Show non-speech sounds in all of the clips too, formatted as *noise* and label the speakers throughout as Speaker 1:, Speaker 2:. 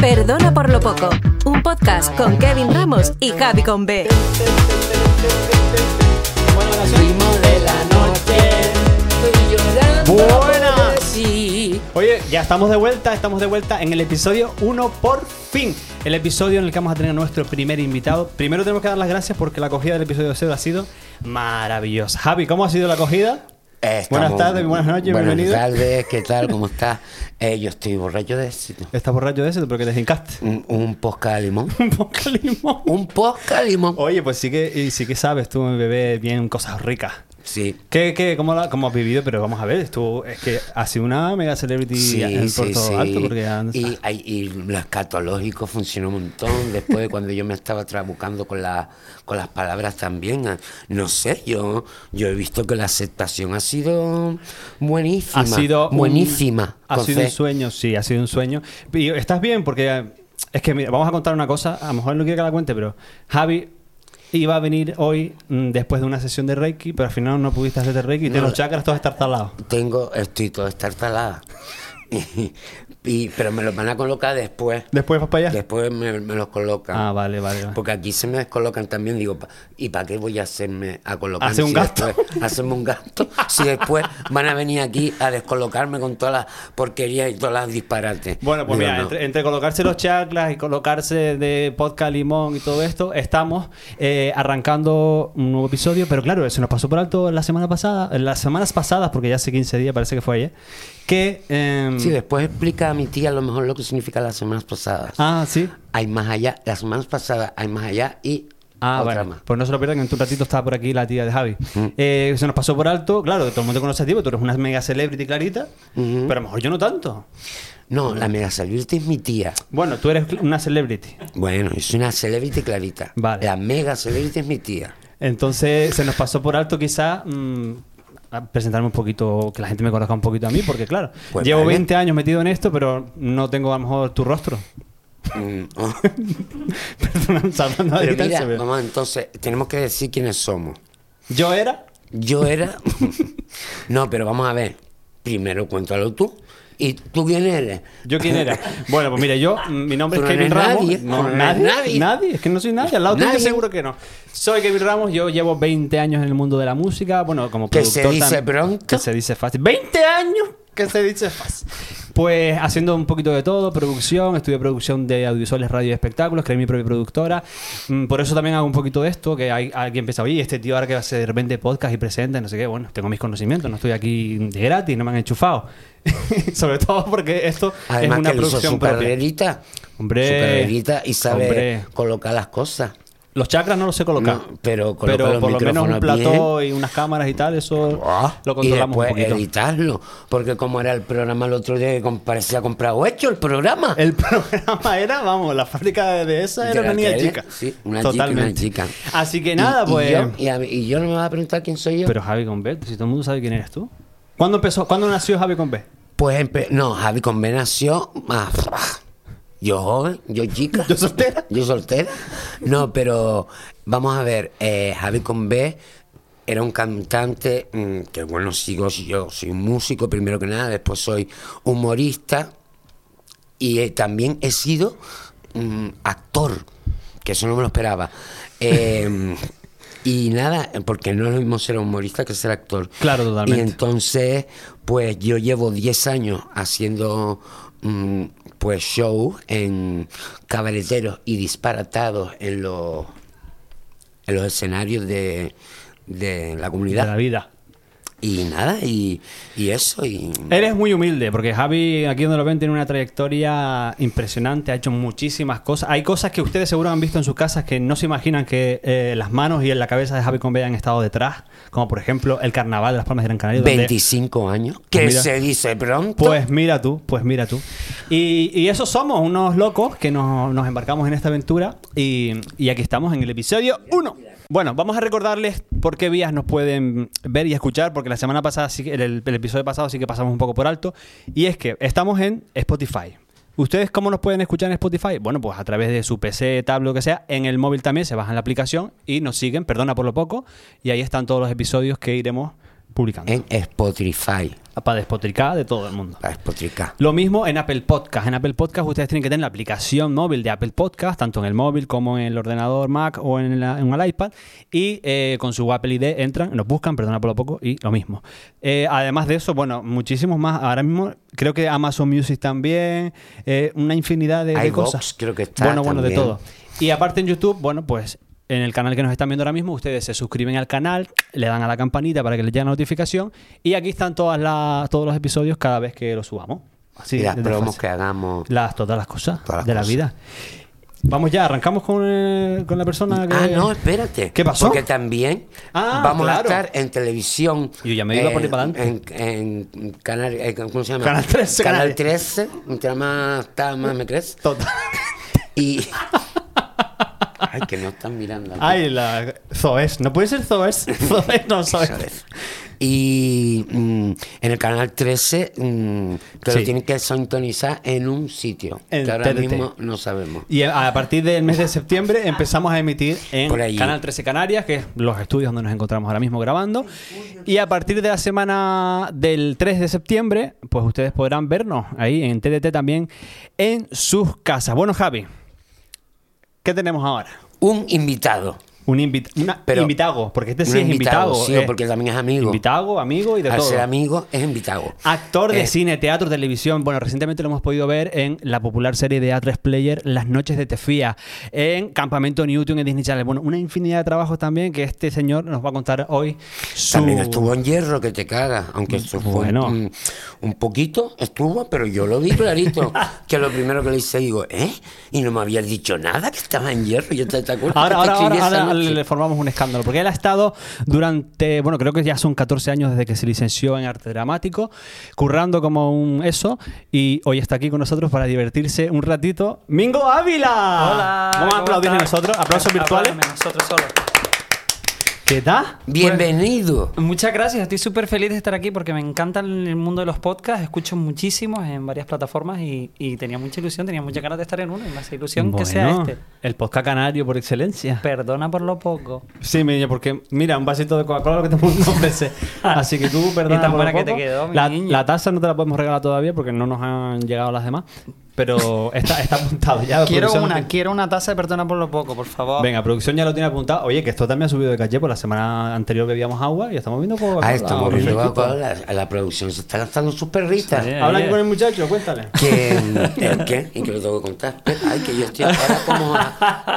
Speaker 1: Perdona por lo poco, un podcast con Kevin Ramos y Javi con B.
Speaker 2: Fuimos de la noche.
Speaker 3: Buenas.
Speaker 2: Sí.
Speaker 3: Oye, ya estamos de vuelta, estamos de vuelta en el episodio 1 por fin. El episodio en el que vamos a tener a nuestro primer invitado. Primero tenemos que dar las gracias porque la acogida del episodio 0 ha sido maravillosa. Javi, ¿cómo ha sido la acogida?
Speaker 4: Estamos-
Speaker 3: Buenas tardes, buenas noches,
Speaker 4: buenas
Speaker 3: bienvenido.
Speaker 4: tardes, ¿qué tal?
Speaker 3: *laughs*
Speaker 4: ¿Cómo estás? Eh, yo estoy borracho de éxito.
Speaker 3: Estás borracho de eso porque te hincaste.
Speaker 4: Un, un posca de limón.
Speaker 3: *laughs* Un poco de limón.
Speaker 4: Un posca de limón.
Speaker 3: Oye, pues sí que, y sí que sabes tú, mi bebé, bien cosas ricas.
Speaker 4: Sí.
Speaker 3: ¿Qué, qué, cómo, la- cómo has vivido? Pero vamos a ver, esto es que ha sido una mega celebrity
Speaker 4: Sí,
Speaker 3: en
Speaker 4: sí,
Speaker 3: Puerto
Speaker 4: sí.
Speaker 3: Alto porque ya-
Speaker 4: Y, ay, y lo escatológico funcionó un montón. Después de cuando yo me estaba trabucando con, la- con las palabras también. ah, No sé, yo, yo he visto que la aceptación ha sido buenísima.
Speaker 3: ha sido un-
Speaker 4: buenísima.
Speaker 3: ha
Speaker 4: con
Speaker 3: sido
Speaker 4: C.
Speaker 3: un sueño, sí, ha sido un sueño. Y estás bien porque eh, es que mira, vamos a contar una cosa, a lo mejor no quiero que la cuente, pero Javi iba a venir hoy mm, después de una sesión de Reiki, pero al final no pudiste hacerte Reiki y tienes
Speaker 4: No.
Speaker 3: los chakras todos estartalados.
Speaker 4: Tengo, estoy todo estartalada. *laughs* Y, y- pero me los van a colocar después.
Speaker 3: Después vas para allá.
Speaker 4: Después me, me los colocan.
Speaker 3: Ah, vale, vale. vale.
Speaker 4: Porque aquí se me descolocan también, digo, pa- ¿y para qué voy a hacerme a colocar?
Speaker 3: Hace un gasto.
Speaker 4: hacerme un gasto. Si después van a venir aquí a descolocarme con todas las porquerías y todas las disparates.
Speaker 3: Bueno, pues
Speaker 4: Digo,
Speaker 3: mira,
Speaker 4: no.
Speaker 3: entre, entre colocarse los chakras y colocarse de podcast limón y todo esto, estamos eh, arrancando un nuevo episodio, pero claro, se nos pasó por alto la semana pasada, en las semanas pasadas, porque ya hace 15 días, parece que fue ayer, que... em,
Speaker 4: Sí, después explica a mi tía a lo mejor lo que significa las semanas pasadas.
Speaker 3: ah, sí.
Speaker 4: Hay más allá, las semanas pasadas hay más allá y
Speaker 3: Ah,
Speaker 4: otra
Speaker 3: bueno.
Speaker 4: más. Mm.
Speaker 3: Pues no se lo pierdan, que en un ratito está por aquí la tía de Javi. Eh, se nos pasó por alto, claro, que todo el mundo conoce a ti, porque tú eres una mega celebrity clarita, pero a lo mejor yo no tanto.
Speaker 4: No, la mega salirte es mi tía.
Speaker 3: Bueno, tú eres una celebrity.
Speaker 4: Bueno, es una celebrity clarita.
Speaker 3: Vale.
Speaker 4: La mega celebrity es mi tía.
Speaker 3: Entonces se nos pasó por alto quizá mm, a presentarme un poquito, que la gente me conozca un poquito a mí, porque claro,
Speaker 4: Pues
Speaker 3: llevo
Speaker 4: vale.
Speaker 3: 20 años metido en esto, pero no tengo a lo mejor tu rostro. *laughs*
Speaker 4: Mm, oh.
Speaker 3: Perdón, *laughs* salvando la
Speaker 4: Pero
Speaker 3: distancia,
Speaker 4: mira,
Speaker 3: pero-
Speaker 4: vamos, entonces, tenemos que decir quiénes somos.
Speaker 3: Yo era...
Speaker 4: Yo era. *laughs* no, pero vamos a ver. Primero cuéntalo tú. ¿Y tú quién eres?
Speaker 3: ¿Yo quién era? Bueno, pues mira, yo, mm, mi nombre
Speaker 4: Tú
Speaker 3: es
Speaker 4: no
Speaker 3: Kevin
Speaker 4: eres
Speaker 3: Ramos.
Speaker 4: nadie,
Speaker 3: no,
Speaker 4: tú no
Speaker 3: nadie,
Speaker 4: eres
Speaker 3: nadie.
Speaker 4: nadie.
Speaker 3: es que no soy nadie. Al lado tuyo
Speaker 4: Nadie.
Speaker 3: seguro que no. Soy Kevin Ramos, yo llevo 20 años en el mundo de la música. Bueno, como
Speaker 4: Que
Speaker 3: productor
Speaker 4: se dice
Speaker 3: tam-
Speaker 4: pronto.
Speaker 3: Que se dice fácil. ¡20 años! Que se dice fácil. Pues haciendo un poquito de todo, producción, estudio producción de audiovisuales, radio y espectáculos, creé mi propia productora. Mm, Por eso también hago un poquito de esto, que hay alguien piensa, oye, este tío ahora que hace de repente podcast y presenta, y no sé qué, bueno, tengo mis conocimientos, no estoy aquí de gratis, no me han enchufado. *laughs* Sobre todo porque esto
Speaker 4: Además
Speaker 3: es una
Speaker 4: que él hizo
Speaker 3: producción
Speaker 4: su
Speaker 3: propia.
Speaker 4: carrerita.
Speaker 3: Hombre.
Speaker 4: Su carrerita y sabe
Speaker 3: Hombre.
Speaker 4: colocar las cosas.
Speaker 3: Los chakras no los sé colocar.
Speaker 4: No, pero coloca
Speaker 3: pero
Speaker 4: los
Speaker 3: por lo menos un
Speaker 4: micrófonos
Speaker 3: plató y unas cámaras y tal, eso
Speaker 4: Ah,
Speaker 3: lo controlamos
Speaker 4: y
Speaker 3: un
Speaker 4: después
Speaker 3: poquito.
Speaker 4: editarlo. Porque como era el programa el otro día que com- parecía comprado hecho el programa.
Speaker 3: El *laughs* programa era, vamos, la fábrica de esa
Speaker 4: De
Speaker 3: era
Speaker 4: la
Speaker 3: una niña
Speaker 4: tele,
Speaker 3: chica.
Speaker 4: Sí, una
Speaker 3: Totalmente.
Speaker 4: chica, una chica.
Speaker 3: Así que nada,
Speaker 4: Y- y
Speaker 3: pues.
Speaker 4: yo- Y, a mí- y yo no me vas a preguntar quién soy yo.
Speaker 3: Pero Javi con B, si todo el mundo sabe quién eres tú. ¿Cuándo empezó? ¿Cuándo nació Javi con B?
Speaker 4: Pues empe- no, Javi Convé nació ah, yo joven, yo chica.
Speaker 3: Yo soltera.
Speaker 4: Yo soltera. No, pero vamos a ver, eh, Javi Convé era un cantante mm, que bueno, sigo, yo soy un músico primero que nada, después soy humorista y eh, también he sido mm, actor, que eso no me lo esperaba.
Speaker 3: *laughs*
Speaker 4: Eh, y nada, porque no es lo mismo ser humorista que ser actor.
Speaker 3: Claro, totalmente.
Speaker 4: Y entonces, pues yo llevo 10 años haciendo mm, pues show en cabareteros y disparatados en los, en los escenarios de, de la
Speaker 3: De
Speaker 4: comunidad.
Speaker 3: la vida.
Speaker 4: Y nada, y, y eso, y...
Speaker 3: Eres muy humilde, porque Javi, aquí donde lo ven, tiene una trayectoria impresionante, ha hecho muchísimas cosas. Hay cosas que ustedes seguro han visto en sus casas que no se imaginan que eh, las manos y en la cabeza de Javi Convey han estado detrás, como por ejemplo el carnaval de las Palmas de Gran Canaria. donde-
Speaker 4: 25 años. Que
Speaker 3: Pues Mira.
Speaker 4: se dice pronto.
Speaker 3: Pues mira tú, pues mira tú. Y, y eso somos, unos locos que nos, nos embarcamos en esta aventura y, y aquí estamos en el episodio 1. Bueno, vamos a recordarles por qué vías nos pueden ver y escuchar, porque la semana pasada, sí que- el, el- el episodio pasado sí que pasamos un poco por alto, y es que estamos en Spotify. ¿Ustedes cómo nos pueden escuchar en Spotify? Bueno, pues a través de su PC, tablet, lo que sea. En el móvil también se bajan la aplicación y nos siguen, perdona por lo poco. Y ahí están todos los episodios que iremos publicando.
Speaker 4: en Spotify.
Speaker 3: Para despotricar de todo el mundo.
Speaker 4: Para despotricar.
Speaker 3: Lo mismo en Apple Podcast. En Apple Podcast ustedes tienen que tener la aplicación móvil de Apple Podcast, tanto en el móvil como en el ordenador Mac o en, la- en el iPad. Y eh, con su Apple ID entran, nos buscan, perdona por lo poco, y lo mismo. Eh, además de eso, bueno, muchísimos más. Ahora mismo creo que Amazon Music también, eh, una infinidad de, de
Speaker 4: iVoox
Speaker 3: cosas.
Speaker 4: creo que está
Speaker 3: Bueno, bueno, de
Speaker 4: también.
Speaker 3: todo. Y aparte en YouTube, bueno, pues en el canal que nos están viendo ahora mismo, ustedes se suscriben al canal, le dan a la campanita para que les llegue la notificación y aquí están todas las, todos los episodios cada vez que los subamos. Así
Speaker 4: y las
Speaker 3: de
Speaker 4: promos
Speaker 3: fácil.
Speaker 4: que hagamos.
Speaker 3: Las- todas las cosas
Speaker 4: Todas las
Speaker 3: de la
Speaker 4: cosas.
Speaker 3: vida. Vamos ya, arrancamos con, eh, con la persona que...
Speaker 4: Ah, no, espérate.
Speaker 3: ¿Qué pasó?
Speaker 4: Porque también
Speaker 3: Ah,
Speaker 4: vamos
Speaker 3: claro.
Speaker 4: a estar en televisión.
Speaker 3: Yo ya me iba a poner para
Speaker 4: En, en canal, eh, ¿cómo se llama?
Speaker 3: Canal 13,
Speaker 4: Canal
Speaker 3: canal.
Speaker 4: 13. Mientras más está, más
Speaker 3: *laughs*
Speaker 4: me crees.
Speaker 3: Total.
Speaker 4: Y. Ay, que no están mirando. aquí.
Speaker 3: Ay, la... Zoes. No puede ser
Speaker 4: *laughs*
Speaker 3: Zoes. Zoes no Zoes.
Speaker 4: ¿sabes? Y mm, en el canal 13, mm, que
Speaker 3: Sí.
Speaker 4: lo tienen que sintonizar en un sitio.
Speaker 3: En
Speaker 4: que ahora
Speaker 3: TNT.
Speaker 4: mismo no sabemos.
Speaker 3: Y a a partir del mes de septiembre empezamos a emitir en
Speaker 4: Por allí.
Speaker 3: Canal 13 Canarias, que es los estudios donde nos encontramos ahora mismo grabando. Y a partir de la semana del 3 de septiembre, pues ustedes podrán vernos ahí en TDT también en sus casas. Bueno, Javi, ¿qué tenemos ahora?
Speaker 4: Un invitado.
Speaker 3: Un invit una
Speaker 4: Pero-
Speaker 3: invitago, porque este sí
Speaker 4: un
Speaker 3: es invitado.
Speaker 4: sí,
Speaker 3: eh.
Speaker 4: porque también es amigo.
Speaker 3: Invitago, amigo y de
Speaker 4: Al
Speaker 3: todo.
Speaker 4: ser amigo, es invitado.
Speaker 3: Actor de
Speaker 4: Eh,
Speaker 3: cine, teatro, televisión. Bueno, recientemente lo hemos podido ver en la popular serie de A3 Player, Las Noches de Tefía, en Campamento Newton en Disney Channel. Bueno, una infinidad de trabajos también que este señor nos va a contar hoy. Su...
Speaker 4: También estuvo en hierro que te caga, aunque eso fue
Speaker 3: Bueno.
Speaker 4: un, un poquito, estuvo, pero yo lo
Speaker 3: *laughs*
Speaker 4: vi clarito. que lo primero que le hice, digo, ¿eh? Y no me habías dicho nada que estaba en hierro. Yo te, te acuerdas.
Speaker 3: Ahora,
Speaker 4: que te
Speaker 3: ahora,
Speaker 4: escribí
Speaker 3: ahora,
Speaker 4: esa
Speaker 3: ahora
Speaker 4: noche?
Speaker 3: le formamos un escándalo, porque él ha estado durante, bueno, creo que ya son 14 años desde que se licenció en arte dramático, currando como un eso, y hoy está aquí con nosotros para divertirse un ratito. Mingo Ávila.
Speaker 5: Hola.
Speaker 3: Vamos a
Speaker 5: ¿cómo
Speaker 3: aplaudirle
Speaker 5: estás?
Speaker 3: nosotros, aplausos virtuales.
Speaker 5: Apláudame nosotros solos.
Speaker 3: ¿Qué tal?
Speaker 4: Bienvenido.
Speaker 5: Muchas gracias, estoy súper feliz de estar aquí porque me encanta el el mundo de los podcasts, escucho muchísimos en varias plataformas y, y tenía mucha ilusión, tenía muchas ganas de estar en uno y me hace ilusión que sea
Speaker 3: Bueno,
Speaker 5: este.
Speaker 3: El podcast canario por excelencia.
Speaker 5: Perdona por lo poco.
Speaker 3: Sí, mira, porque mira, un vasito de Coca-Cola lo que te pongo
Speaker 5: *laughs*
Speaker 3: ofrecer. Así que tú, perdona.
Speaker 5: Y tan
Speaker 3: por
Speaker 5: buena
Speaker 3: lo
Speaker 5: que te
Speaker 3: poco.
Speaker 5: quedó, mi
Speaker 3: la,
Speaker 5: niño.
Speaker 3: la taza no te la podemos regalar todavía porque no nos han llegado las demás.
Speaker 5: *laughs*
Speaker 3: Pero está, está apuntado ya.
Speaker 5: Quiero
Speaker 3: producción-
Speaker 5: una, quiero una taza de perdona por lo poco, por favor.
Speaker 3: Venga, producción ya lo tiene apuntado. Oye, que esto también ha subido de caché, por la semana anterior bebíamos agua y estamos viendo Coca-Cola.
Speaker 4: Ah, estamos
Speaker 3: ahora
Speaker 4: viendo
Speaker 3: mismo.
Speaker 4: Coca-Cola, a la, producción. Se está lanzando sus perritas.
Speaker 5: Sí.
Speaker 3: Habla
Speaker 5: Oye.
Speaker 3: aquí con el muchacho, cuéntale.
Speaker 4: Que, ¿el ¿Qué? ¿Y que lo tengo que contar? Ay, que yo estoy ahora como,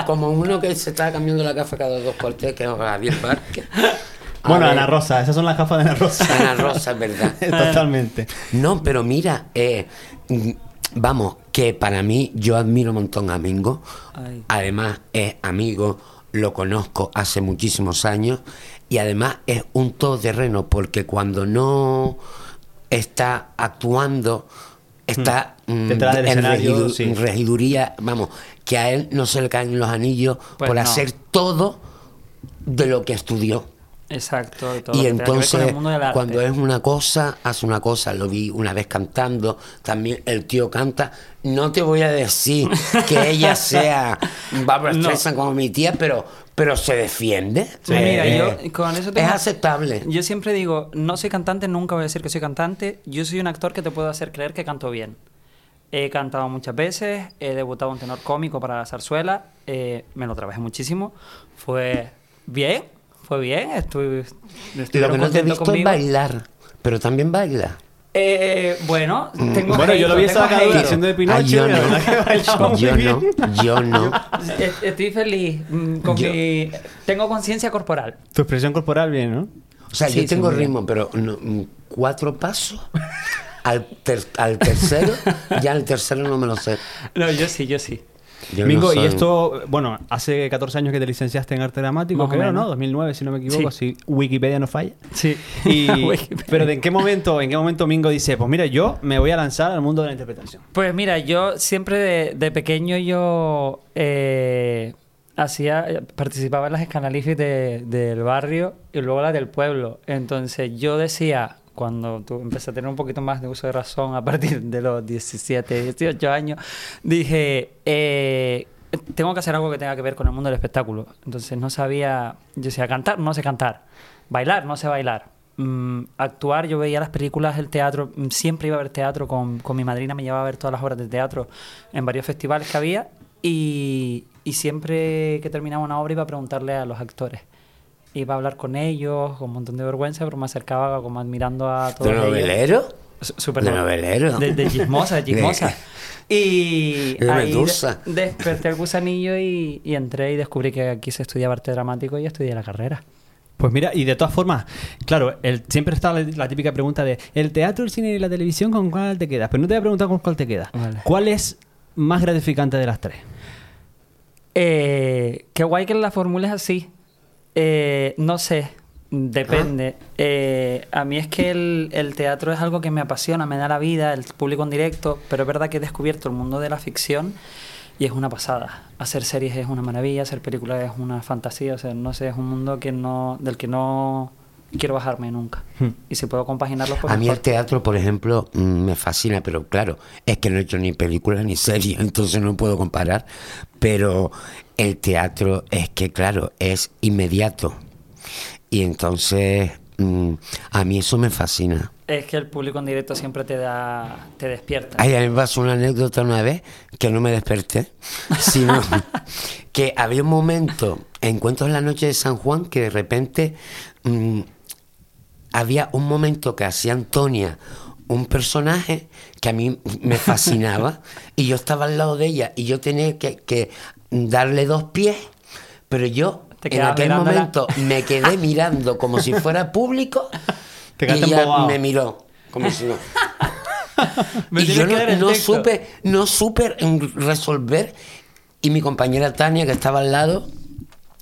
Speaker 4: como uno que se está cambiando la gafa cada dos cortes, que es Javier Vázquez. A
Speaker 3: Bueno,
Speaker 4: ver,
Speaker 3: Ana Rosa, esas son las gafas de Ana Rosa.
Speaker 4: Ana Rosa, es verdad.
Speaker 3: *laughs* Totalmente.
Speaker 4: No, pero mira, eh, mm, vamos, que para mí yo admiro un montón a Mingo.
Speaker 5: Ay.
Speaker 4: Además es amigo, lo conozco hace muchísimos años y además es un todoterreno porque cuando no está actuando, está mm,
Speaker 3: Detrás del
Speaker 4: en
Speaker 3: escenario,
Speaker 4: regidu-
Speaker 3: sí.
Speaker 4: regiduría, vamos, que a él no se le caen los anillos
Speaker 5: Pues
Speaker 4: por
Speaker 5: no.
Speaker 4: hacer todo de lo que estudió.
Speaker 5: Exacto. todo lo
Speaker 4: Y
Speaker 5: que tenga que ver con
Speaker 4: entonces,
Speaker 5: el mundo del arte.
Speaker 4: cuando es una cosa, hace una cosa. Lo vi una vez cantando, también el tío canta. No te voy a
Speaker 5: *laughs*
Speaker 4: decir que ella sea Barbara
Speaker 5: No.
Speaker 4: Streisand como mi tía, pero, pero se defiende. Eh,
Speaker 5: Sí, mira,
Speaker 3: Eh,
Speaker 5: yo con eso tengo-
Speaker 4: Es aceptable.
Speaker 5: Yo siempre digo, no soy cantante, nunca voy a decir que soy cantante. Yo soy un actor que te puedo hacer creer que canto bien. He cantado muchas veces, he debutado un tenor cómico para la zarzuela, eh, me lo trabajé muchísimo. Fue bien, fue bien, estuve...
Speaker 4: Lo que
Speaker 5: estuvieron
Speaker 4: no te he
Speaker 5: contentos
Speaker 4: visto es
Speaker 5: conmigo.
Speaker 4: bailar, pero también baila.
Speaker 5: Eh, bueno,
Speaker 4: Mm.
Speaker 5: tengo
Speaker 3: Bueno, yo lo
Speaker 5: hate,
Speaker 3: vi
Speaker 5: tengo
Speaker 3: esa
Speaker 5: hate.
Speaker 3: haciendo de Pinocho.
Speaker 4: Ay, Ah, yo
Speaker 3: y la verdad que bailaba
Speaker 4: no,
Speaker 3: muy
Speaker 4: yo
Speaker 3: bien.
Speaker 4: no, yo
Speaker 5: *laughs*
Speaker 4: no.
Speaker 5: Est- Estoy feliz mm, con
Speaker 4: Yo-
Speaker 5: mi... Tengo conciencia corporal.
Speaker 3: Tu expresión corporal bien, ¿no?
Speaker 4: O sea,
Speaker 5: Sí,
Speaker 4: yo
Speaker 5: sí,
Speaker 4: tengo
Speaker 5: muy bien.
Speaker 4: ritmo, pero no, mm, cuatro pasos. Al, ter- al tercero, ya el tercero no me lo sé.
Speaker 5: No, yo sí, yo sí.
Speaker 4: Yo no
Speaker 3: Mingo, y
Speaker 4: soy-
Speaker 3: esto, bueno, hace 14 años que te licenciaste en arte dramático,
Speaker 5: Más o
Speaker 3: creo,
Speaker 5: menos.
Speaker 3: ¿no? 2009, si no me equivoco, si Wikipedia no falla.
Speaker 5: Sí.
Speaker 3: *laughs*
Speaker 5: *laughs*
Speaker 3: Y- pero de en qué momento, en qué momento Mingo dice, pues mira, yo me voy a lanzar al mundo de la interpretación.
Speaker 5: Pues mira, yo siempre de, de pequeño yo eh, hacía, eh, participaba en las escanalifis de- del barrio y luego las del pueblo. Entonces yo decía, cuando tú empecé a tener un poquito más de uso de razón a partir de los 17, 18 años, dije, eh, tengo que hacer algo que tenga que ver con el mundo del espectáculo. Entonces no sabía, yo decía, cantar, no sé cantar, bailar, no sé bailar. mm, actuar, yo veía las películas, el teatro, mm, siempre iba a ver teatro, con, con mi madrina me llevaba a ver todas las obras de teatro en varios festivales que había y, y siempre que terminaba una obra iba a preguntarle a los actores. Iba a hablar con ellos, con un montón de vergüenza, pero me acercaba como admirando a todos.
Speaker 4: ¿De
Speaker 5: ellos.
Speaker 4: novelero?
Speaker 5: Su- Super
Speaker 4: ¿De
Speaker 5: no-
Speaker 4: novelero?
Speaker 5: De, de
Speaker 4: *laughs*
Speaker 5: chismosa, de chismosa. Y
Speaker 4: De
Speaker 5: ahí de-
Speaker 4: medusa.
Speaker 5: desperté el gusanillo y, y entré y descubrí que aquí se estudiaba arte dramático y estudié la carrera.
Speaker 3: Pues mira, y de todas formas, claro, el, siempre está la, la típica pregunta de el teatro, el cine y la televisión, ¿con cuál te quedas? Pero no te voy a preguntar con cuál te quedas.
Speaker 5: Vale.
Speaker 3: ¿Cuál es más gratificante de las tres?
Speaker 5: Eh, qué guay que la fórmula es así. Eh, no sé, depende. Eh, a mí es que el, el teatro es algo que me apasiona, me da la vida, el público en directo, pero es verdad que he descubierto el mundo de la ficción y es una pasada. Hacer series es una maravilla, hacer películas es una fantasía, o sea, no sé, es un mundo que no, del que no quiero bajarme nunca.
Speaker 3: Hmm.
Speaker 5: Y si puedo compaginarlo, pues
Speaker 4: A mí
Speaker 5: mejor.
Speaker 4: el teatro, por ejemplo, mm, me fascina, pero claro, es que no he hecho ni película ni serie, *laughs* entonces no puedo comparar. Pero el teatro es que, claro, es inmediato. Y entonces, mm, a mí eso me fascina.
Speaker 5: Es que el público en directo siempre te da, te despierta.
Speaker 4: Ay, a mí me pasó una anécdota una vez que no me desperté,
Speaker 3: *laughs*
Speaker 4: sino que había un momento, en Cuentos de la Noche de San Juan, que de repente mm, había un momento que hacía Antonia un personaje que a mí
Speaker 3: *laughs*
Speaker 4: me fascinaba y yo estaba al lado de ella y yo tenía que, que darle dos pies, pero yo
Speaker 5: Te
Speaker 4: en
Speaker 5: quedabas
Speaker 4: aquel
Speaker 5: mirándola.
Speaker 4: momento
Speaker 3: *laughs*
Speaker 4: me quedé mirando como si fuera público
Speaker 3: Te
Speaker 4: y
Speaker 3: quedaste
Speaker 4: ella
Speaker 3: embobado.
Speaker 4: me miró como si no
Speaker 5: Me
Speaker 4: y
Speaker 5: tienes
Speaker 4: yo
Speaker 5: que
Speaker 4: no,
Speaker 5: dar el
Speaker 4: no
Speaker 5: texto.
Speaker 4: supe, no supe mm, resolver. Y mi compañera Tania, que estaba al lado,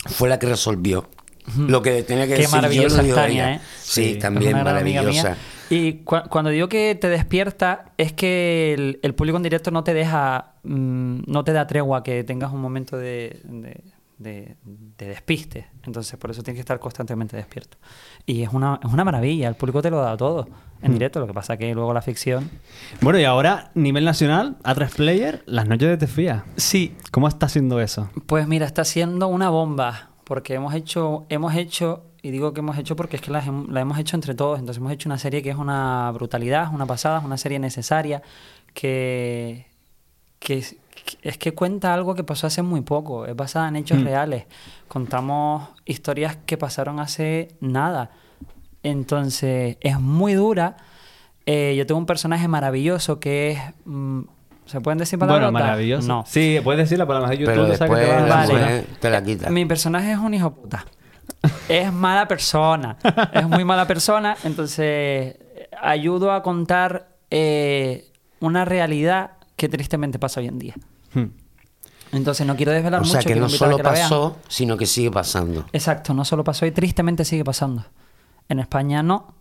Speaker 4: fue la que resolvió. Lo que tenía que
Speaker 5: Qué
Speaker 4: decir yo lo
Speaker 5: maravillosa es
Speaker 4: dijo
Speaker 5: Tania,
Speaker 4: ella.
Speaker 5: ¿eh?
Speaker 4: Sí,
Speaker 3: Sí,
Speaker 4: también
Speaker 5: una gran amiga
Speaker 4: maravillosa.
Speaker 5: mía. Y cua- cuando digo que te despierta, es que el, el público en directo no te deja, mm, no te da tregua que tengas un momento de, de- de- de despiste. Entonces, por eso tienes que estar constantemente despierto. Y es una, es una maravilla, el público te lo da todo en
Speaker 4: Mm.
Speaker 5: directo. Lo que pasa que luego la ficción.
Speaker 3: Bueno, y ahora, nivel nacional, A3 Player, Las Noches de Tefía.
Speaker 5: Sí,
Speaker 3: ¿Cómo está haciendo eso?
Speaker 5: Pues mira, está siendo una bomba, porque hemos hecho, hemos hecho, y digo que hemos hecho porque es que las hem- la, hemos hecho entre todos, entonces hemos hecho una serie que es una brutalidad, es una pasada, es una serie necesaria, que, que es- que- es que cuenta algo que pasó hace muy poco, es basada en
Speaker 3: Mm.
Speaker 5: hechos reales, contamos historias que pasaron hace nada, entonces es muy dura, Eh, yo tengo un personaje maravilloso que es... mm, ¿Se pueden decir palabras?
Speaker 3: Bueno, maravilloso.
Speaker 5: No.
Speaker 3: Sí, puedes decir la palabra de YouTube.
Speaker 4: Pero
Speaker 3: tú sabes que
Speaker 4: después
Speaker 3: te va a
Speaker 4: la
Speaker 3: dar
Speaker 5: Vale.
Speaker 3: buena.
Speaker 4: mujer te la quita.
Speaker 5: Mi personaje es un hijo puta. Es mala persona. Es muy mala persona. Entonces, eh, ayudo a contar eh, una realidad que tristemente pasa hoy en día.
Speaker 3: Hmm.
Speaker 5: Entonces, no quiero desvelar
Speaker 4: O
Speaker 5: mucho.
Speaker 4: sea que
Speaker 5: quiero
Speaker 4: no
Speaker 5: invitar a
Speaker 4: solo
Speaker 5: que la vean.
Speaker 4: pasó, sino que sigue pasando.
Speaker 5: Exacto, no solo pasó y tristemente sigue pasando. En España no.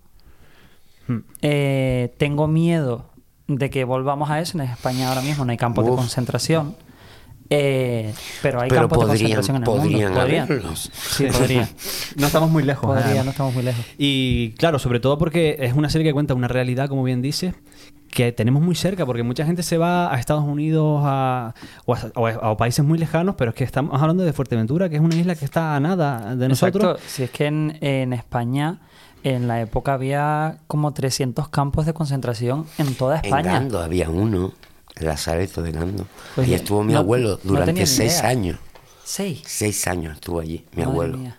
Speaker 5: Eh, tengo miedo de que volvamos a eso. En España ahora mismo no hay campos de
Speaker 4: Uf.
Speaker 5: concentración. Eh, pero hay
Speaker 4: Pero
Speaker 5: campos de
Speaker 4: podrían,
Speaker 5: concentración en el
Speaker 4: podrían
Speaker 5: mundo. Podrían.
Speaker 4: haberlos.
Speaker 5: Sí,
Speaker 4: *laughs*
Speaker 5: podría.
Speaker 3: *laughs* No estamos muy lejos.
Speaker 5: Podría,
Speaker 3: además.
Speaker 5: no estamos muy lejos.
Speaker 3: Y claro, sobre todo porque es una serie que cuenta una realidad, como bien dices, que tenemos muy cerca, porque mucha gente se va a Estados Unidos a, o, a, o a- o a países muy lejanos, pero es que estamos hablando de Fuerteventura, que es una isla que está a nada de nosotros.
Speaker 5: Exacto. Si es que en, en España, en la época había como 300 campos de concentración en toda
Speaker 4: En
Speaker 5: España.
Speaker 4: Gando había uno, el Lazareto de Gando.
Speaker 5: Pues
Speaker 4: y estuvo mi
Speaker 5: no-
Speaker 4: abuelo
Speaker 5: no
Speaker 4: durante
Speaker 5: tenía ni
Speaker 4: seis
Speaker 5: idea.
Speaker 4: años.
Speaker 5: Seis.
Speaker 4: Seis años estuvo allí, mi
Speaker 5: Madre
Speaker 4: abuelo.
Speaker 5: mía.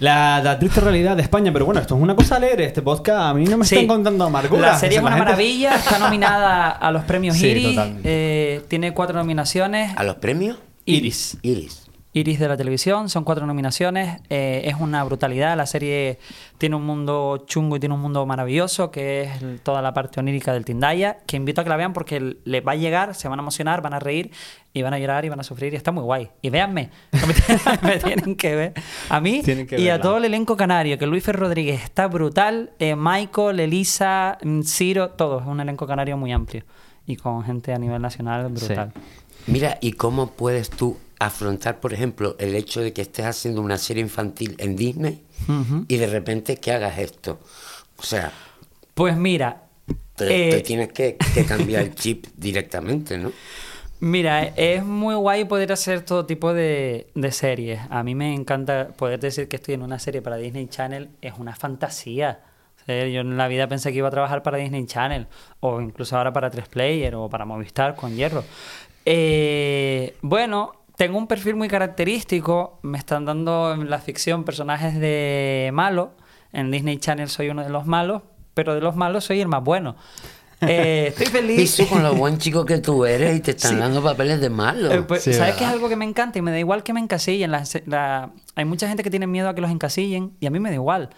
Speaker 3: La, la triste realidad de España, pero bueno, esto es una cosa leer, este podcast a mí no me
Speaker 5: Sí.
Speaker 3: están contando amargura.
Speaker 5: La serie es una
Speaker 3: maravilla.
Speaker 5: maravilla, está nominada a
Speaker 3: *laughs*
Speaker 5: los premios
Speaker 3: Sí,
Speaker 5: Iris,
Speaker 3: totalmente.
Speaker 5: eh, tiene cuatro nominaciones.
Speaker 4: ¿A los premios?
Speaker 5: Iris.
Speaker 4: Iris.
Speaker 5: Iris de la televisión, son cuatro nominaciones, eh, es una brutalidad, la serie tiene un mundo chungo y tiene un mundo maravilloso, que es
Speaker 3: Mm.
Speaker 5: el- toda la parte onírica del Tindaya, que invito a que la vean porque l- les va a llegar, se van a emocionar, van a reír y van a llorar y van a sufrir y está muy guay. Y véanme, *laughs* que me, tienen- me tienen que ver a mí
Speaker 3: Tienen que
Speaker 5: y a
Speaker 3: verla.
Speaker 5: todo el elenco canario, que Luis Fer Rodríguez está brutal, eh, Michael, Elisa, mm, Ciro, todos, es un elenco canario muy amplio y con gente a nivel nacional brutal.
Speaker 4: Mira, ¿y cómo puedes tú afrontar, por ejemplo, el hecho de que estés haciendo una serie infantil en Disney y de repente que hagas esto? O sea,
Speaker 5: Pues mira...
Speaker 4: te, te
Speaker 5: eh, *laughs*
Speaker 4: tienes que, que cambiar el chip directamente, ¿no?
Speaker 5: Mira, es muy guay poder hacer todo tipo de, de series. A mí me encanta poder decir que estoy en una serie para Disney Channel. Es una fantasía. O sea, yo en la vida pensé que iba a trabajar para Disney Channel o incluso ahora para 3Player o para Movistar con Hierro. Eh, bueno, tengo un perfil muy característico. Me están dando en la ficción personajes de malo. En Disney Channel soy uno de los malos, pero de los malos soy el más bueno. Eh, estoy
Speaker 4: Y
Speaker 5: feliz.
Speaker 4: tú con lo buen chico que tú eres y te están dando papeles de malo.
Speaker 5: Eh, pues, ¿Sabes qué es algo que me encanta? Y me da igual que me encasillen. Las- la- hay mucha gente que tiene miedo a que los encasillen y a mí me da igual.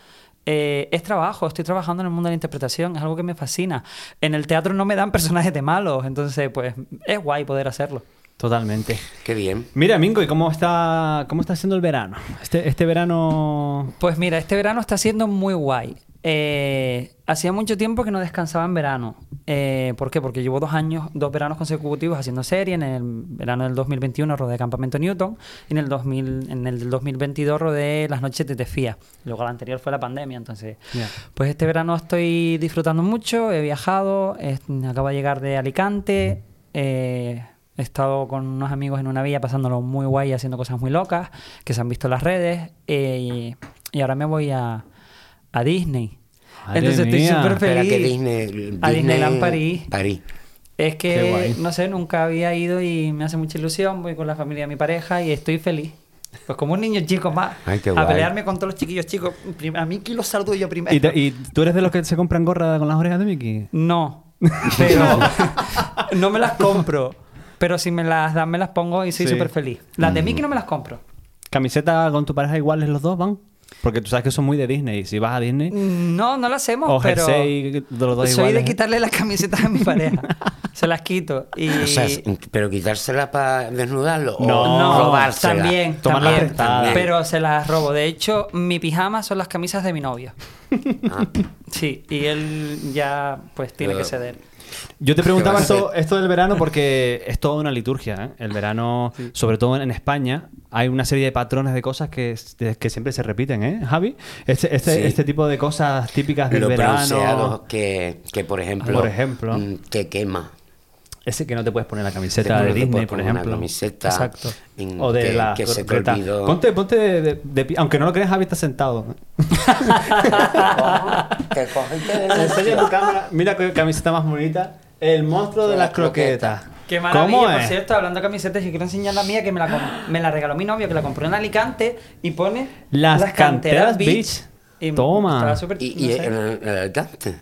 Speaker 5: Eh, es trabajo, estoy trabajando en el mundo de la interpretación, es algo que me fascina. En el teatro no me dan personajes de malos, entonces pues es guay poder hacerlo.
Speaker 3: Totalmente.
Speaker 4: Qué bien.
Speaker 3: Mira, Mingo, ¿y cómo está, cómo está siendo el verano? Este, este verano...
Speaker 5: Pues mira, este verano está siendo muy guay. Eh, hacía mucho tiempo que no descansaba en verano. Eh, ¿Por qué? Porque llevo dos años, dos veranos consecutivos haciendo serie. En el verano del 2021 rodé Campamento Newton y en el, 2000, en el del 2022 rodé Las Noches de Tefía. Luego la anterior fue la pandemia, entonces...
Speaker 3: Ya.
Speaker 5: Pues este verano estoy disfrutando mucho, he viajado, es- acabo de llegar de Alicante, eh, he estado con unos amigos en una villa pasándolo muy guay, y haciendo cosas muy locas, que se han visto en las redes, eh, y, y ahora me voy a, a Disney.
Speaker 3: Madre
Speaker 5: Entonces
Speaker 3: mía.
Speaker 5: estoy súper
Speaker 4: Espera
Speaker 5: feliz.
Speaker 4: que Disney,
Speaker 5: A Disneyland
Speaker 4: Disney-
Speaker 5: París.
Speaker 4: París.
Speaker 5: Es
Speaker 3: Qué
Speaker 5: que,
Speaker 3: guay.
Speaker 5: no sé, nunca había ido y me hace mucha ilusión, voy con la familia de mi pareja y estoy feliz. Pues como un niño chico más,
Speaker 4: Ay, qué
Speaker 5: a
Speaker 4: guay.
Speaker 5: pelearme con todos los chiquillos chicos, prim- a mí que los saludo yo primero.
Speaker 3: ¿Y, te- y tú eres de los que se compran gorra con las orejas de Mickey?
Speaker 5: *laughs* No, pero no me las compro. Pero si me las dan, me las pongo y soy
Speaker 3: Sí. Mm.
Speaker 5: súper feliz. Las de Mickey no me las compro.
Speaker 3: ¿Camiseta con tu pareja iguales los dos van? Porque tú sabes que son muy de Disney. y Si vas a Disney...
Speaker 5: No, no las hacemos,
Speaker 3: O
Speaker 5: pero
Speaker 3: jersey de los dos
Speaker 5: soy de
Speaker 3: iguales. ¿eh?
Speaker 5: quitarle las camisetas a mi pareja.
Speaker 3: *laughs*
Speaker 5: Se las quito. Y...
Speaker 4: O sea, es- pero quitársela para desnudarlo
Speaker 3: No,
Speaker 4: o robársela.
Speaker 5: También,
Speaker 3: Tomarla
Speaker 5: también,
Speaker 3: prestada.
Speaker 5: Pero se las robo. De hecho, mi pijama son las camisas de mi novio.
Speaker 4: Ah.
Speaker 5: Sí, y él ya pues tiene que
Speaker 4: Pero-
Speaker 5: ceder.
Speaker 3: Yo te preguntaba
Speaker 4: ¿Qué va a
Speaker 3: esto, esto del verano porque es toda una liturgia. ¿eh? El verano, sobre todo en España, hay una serie de patrones de cosas que, es- de- que siempre se repiten, ¿eh, Javi? Este, este,
Speaker 4: Sí.
Speaker 3: este tipo de cosas típicas del
Speaker 4: Los bronceados
Speaker 3: verano.
Speaker 4: que, que, por ejemplo,
Speaker 3: Por ejemplo.
Speaker 4: mm, te quema.
Speaker 3: Ese que no te puedes poner la
Speaker 4: Te
Speaker 3: camiseta de
Speaker 4: pones- te
Speaker 3: Disney,
Speaker 4: puedes
Speaker 3: por
Speaker 4: poner una
Speaker 3: ejemplo.
Speaker 4: camiseta
Speaker 3: Exacto.
Speaker 4: en-
Speaker 3: O de
Speaker 4: que-
Speaker 3: la
Speaker 4: que se te
Speaker 3: gorreta.
Speaker 4: olvidó.
Speaker 3: Ponte, ponte de, de- de pi- Aunque no lo creas, Javi está sentado.
Speaker 4: te coge y te
Speaker 3: Enseña tu
Speaker 4: denuncia.
Speaker 3: cámara. Mira qué camiseta más bonita. El monstruo de las croquetas.
Speaker 5: Qué maravilla,
Speaker 3: ¿Cómo
Speaker 5: por
Speaker 3: es?
Speaker 5: cierto, hablando de camisetas, yo quiero enseñar la mía que me la, com- me la regaló mi novio, que la compró en Alicante y pone
Speaker 3: Las Canteras Beach.
Speaker 5: Y
Speaker 3: Toma.
Speaker 5: estaba súper-
Speaker 4: Y, eh,
Speaker 5: no
Speaker 4: y
Speaker 5: sé.
Speaker 4: en el, el Alicante,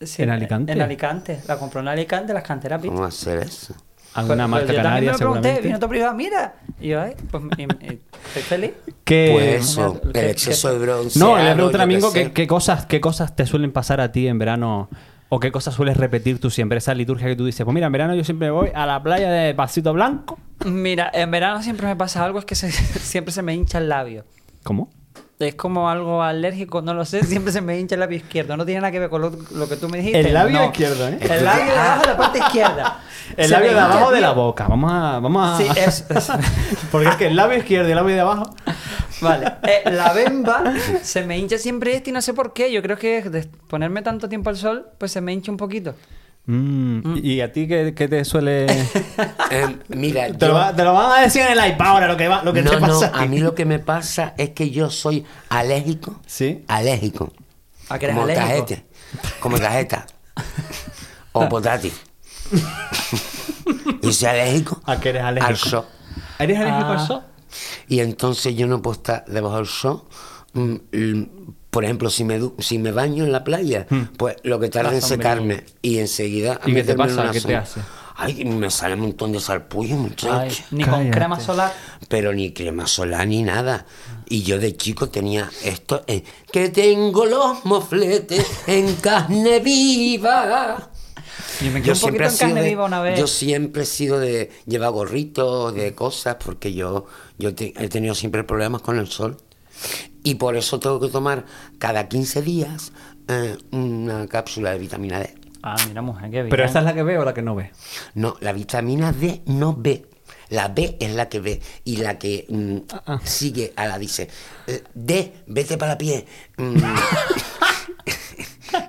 Speaker 5: Sí,
Speaker 3: ¿En Alicante?
Speaker 5: En Alicante, la compró en Alicante, las Canteras Beach.
Speaker 4: ¿cómo hacer eso?
Speaker 3: Alguna
Speaker 5: Pues-
Speaker 3: marca
Speaker 5: pues yo también me
Speaker 3: canaria,
Speaker 5: lo pregunté,
Speaker 3: seguramente.
Speaker 5: vino otro privado, mira. Y yo, ay, pues y- y- estoy feliz.
Speaker 3: Eh, Que-
Speaker 4: pues eso,
Speaker 5: el-
Speaker 4: el
Speaker 5: el-
Speaker 4: exceso de bronce.
Speaker 3: No, le pregunté a Mingo
Speaker 4: que
Speaker 3: qué, qué cosas, qué cosas te suelen pasar a ti en verano o qué cosas sueles repetir tú siempre, esa liturgia que tú dices. Pues mira, en verano yo siempre voy a la playa de Pasito Blanco.
Speaker 5: Mira, en verano siempre me pasa algo, es que se- *laughs* siempre se me hincha el labio.
Speaker 3: ¿Cómo?
Speaker 5: Es como algo alérgico, no lo sé, *laughs* siempre se me hincha el labio izquierdo. No tiene nada que ver con lo, lo que tú me dijiste.
Speaker 3: El labio
Speaker 5: no.
Speaker 3: izquierdo, ¿eh?
Speaker 5: El labio de abajo de la parte izquierda.
Speaker 3: *laughs* El
Speaker 5: Se
Speaker 3: labio
Speaker 5: me
Speaker 3: de
Speaker 5: hincha
Speaker 3: abajo de
Speaker 5: el
Speaker 3: la
Speaker 5: labio.
Speaker 3: boca. Vamos a. Vamos a...
Speaker 5: Sí,
Speaker 3: *laughs*
Speaker 5: eso, eso.
Speaker 3: Porque es que el labio izquierdo y el labio de abajo.
Speaker 5: Vale. Eh,
Speaker 3: *laughs*
Speaker 5: la bemba se me hincha siempre este y no sé por qué. Yo creo que de ponerme tanto tiempo al sol, pues se me hincha un poquito.
Speaker 3: Mm, ¿Y a ti qué, qué te
Speaker 4: *laughs*
Speaker 3: suele.?
Speaker 4: Eh, mira,
Speaker 3: *laughs* te, lo
Speaker 4: yo-
Speaker 3: va- te lo van a decir en el iPad ahora lo que, va, lo que
Speaker 4: no,
Speaker 3: te pasa.
Speaker 4: no, a mí lo que me pasa es que yo soy alérgico.
Speaker 3: Sí.
Speaker 4: Alérgico.
Speaker 5: ¿A que eres
Speaker 4: como
Speaker 5: alérgico?
Speaker 4: cajete.
Speaker 3: *laughs*
Speaker 4: Como cajeta. o potátil. y soy alérgico.
Speaker 3: ¿A qué Ah, eres
Speaker 4: Al
Speaker 3: alérgico?
Speaker 4: show.
Speaker 3: ¿Eres alérgico al
Speaker 5: Ah.
Speaker 3: sol?
Speaker 4: Y entonces yo no puedo estar debajo del show. Mm, mm, Por ejemplo, si me, du- si me baño en la playa,
Speaker 3: Hmm.
Speaker 4: pues lo que tarda
Speaker 5: La
Speaker 4: en secarme y enseguida.
Speaker 3: ¿Y qué te
Speaker 4: meterme en
Speaker 3: pasa?
Speaker 4: una
Speaker 3: ¿Qué te
Speaker 4: sombra.
Speaker 3: hace?
Speaker 4: Ay, me sale un montón de sarpullos,
Speaker 5: Ay,
Speaker 4: muchachos.
Speaker 5: ni con
Speaker 3: cállate.
Speaker 5: crema solar.
Speaker 4: pero ni crema solar ni nada. Y yo de chico tenía esto, eh, que tengo los mofletes en carne viva.
Speaker 5: Yo me quedé un poquito en carne
Speaker 4: de,
Speaker 5: viva una vez.
Speaker 4: yo siempre he sido de llevar gorritos, de cosas, porque yo, yo te- he tenido siempre problemas con el sol. Y por eso tengo que tomar cada 15 días eh, una cápsula de vitamina D.
Speaker 5: Ah, mira, mujer, qué bien.
Speaker 3: Pero esta es la que veo o la que no ve.
Speaker 4: No, la vitamina D no ve. La B es la que ve y la que mm,
Speaker 5: Ah,
Speaker 4: sigue a la dice, eh, D, vete para la piel.
Speaker 5: *laughs*
Speaker 4: Mm.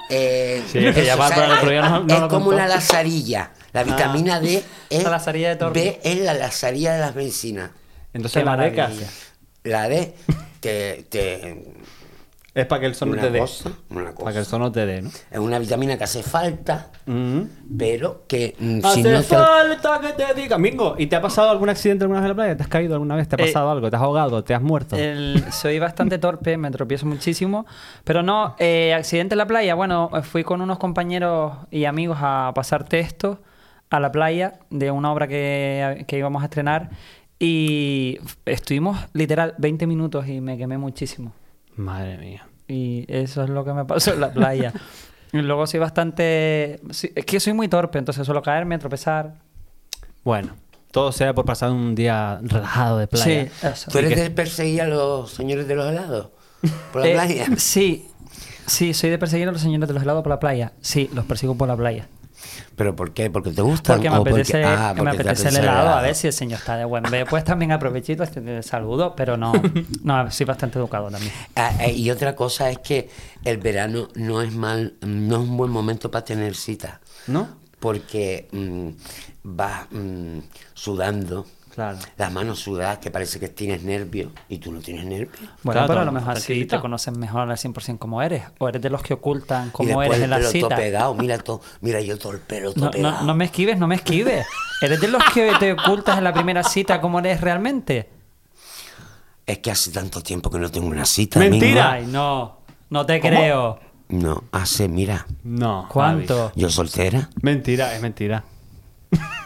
Speaker 4: Eh,
Speaker 3: Sí, es que ya
Speaker 4: eso,
Speaker 3: va
Speaker 4: o sea,
Speaker 3: para el otro día, no- no
Speaker 4: es
Speaker 3: lo
Speaker 4: como
Speaker 3: contó.
Speaker 4: una lazarilla. La vitamina D es,
Speaker 5: Ah. *laughs* La lazarilla de Tormes.
Speaker 4: B es la lazarilla de las medicinas.
Speaker 3: Entonces
Speaker 5: Qué
Speaker 3: la D, ¿qué
Speaker 5: maravilla.
Speaker 3: hace?
Speaker 4: La D te, te-
Speaker 3: Es para que el sol no
Speaker 4: Una
Speaker 3: te dé.
Speaker 4: cosa, una
Speaker 3: Para que
Speaker 4: cosa.
Speaker 3: el sol no te dé, ¿no?
Speaker 4: es una vitamina que hace falta,
Speaker 3: Mm.
Speaker 4: pero que mm, si
Speaker 3: Hace
Speaker 4: no te...
Speaker 3: falta que te diga, Mingo. ¿Y te ha pasado algún accidente alguna vez en la playa? ¿Te has caído alguna vez? ¿Te ha
Speaker 5: Eh,
Speaker 3: pasado algo? ¿Te has ahogado? ¿Te has muerto?
Speaker 4: eh,
Speaker 5: El- soy bastante torpe, me tropiezo muchísimo. Pero no, eh, accidente en la playa. Bueno, fui con unos compañeros y amigos a pasar textos a la playa de una obra que, que íbamos a estrenar. Y estuvimos literal 20 minutos y me quemé muchísimo.
Speaker 3: Madre mía.
Speaker 5: Y eso es lo que me pasó en la
Speaker 4: *laughs*
Speaker 5: playa. y luego soy bastante. sí, Es que soy muy torpe, entonces suelo caerme, tropezar.
Speaker 3: Bueno, todo sea por pasar un día relajado de playa.
Speaker 5: Sí, eso.
Speaker 4: ¿Tú eres de perseguir a los señores de los helados? Por la
Speaker 5: Eh,
Speaker 4: playa.
Speaker 5: *laughs* Sí, sí, soy de perseguir a los señores de los helados por la playa. Sí, los persigo por la playa.
Speaker 4: *laughs* ¿Pero por qué? ¿Porque te gustan?
Speaker 5: Porque me
Speaker 4: o porque-
Speaker 5: apetece,
Speaker 4: Ah,
Speaker 5: que me
Speaker 4: porque te
Speaker 5: apetece el helado. A ver si el señor está de buen ver. Pues también aprovechito este te saludo,
Speaker 4: *laughs*
Speaker 5: pero no, no, soy bastante educado también.
Speaker 4: Ah, eh, y otra cosa es que el verano no es mal, no es un buen momento para tener cita,
Speaker 3: ¿No?
Speaker 4: porque mm, vas mm, sudando,
Speaker 3: Claro.
Speaker 4: las manos sudadas, que parece que tienes nervios, y tú no tienes nervios.
Speaker 5: Bueno,
Speaker 3: Claro,
Speaker 5: pero a
Speaker 3: todo
Speaker 5: lo
Speaker 3: el mundo
Speaker 5: mejor sí
Speaker 3: tranquilito.
Speaker 5: te conocen mejor al 100% como eres. O eres de los que ocultan
Speaker 4: y
Speaker 5: cómo
Speaker 4: después
Speaker 5: eres
Speaker 4: el
Speaker 5: en la
Speaker 4: pelo todo
Speaker 5: cita.
Speaker 4: pegado, mira, todo, mira yo todo el pelo todo
Speaker 5: No, no,
Speaker 4: pegado.
Speaker 5: no me esquives, no me esquives. ¿Eres de los que te ocultas en la primera cita cómo eres realmente?
Speaker 4: Es que hace tanto tiempo que no tengo una cita.
Speaker 3: Mentira.
Speaker 5: Ay, no, no te creo.
Speaker 4: Mingo. No, hace, mira,
Speaker 3: No.
Speaker 5: ¿Cuánto?
Speaker 4: yo soltera.
Speaker 3: Javi. Mentira, es mentira. *laughs*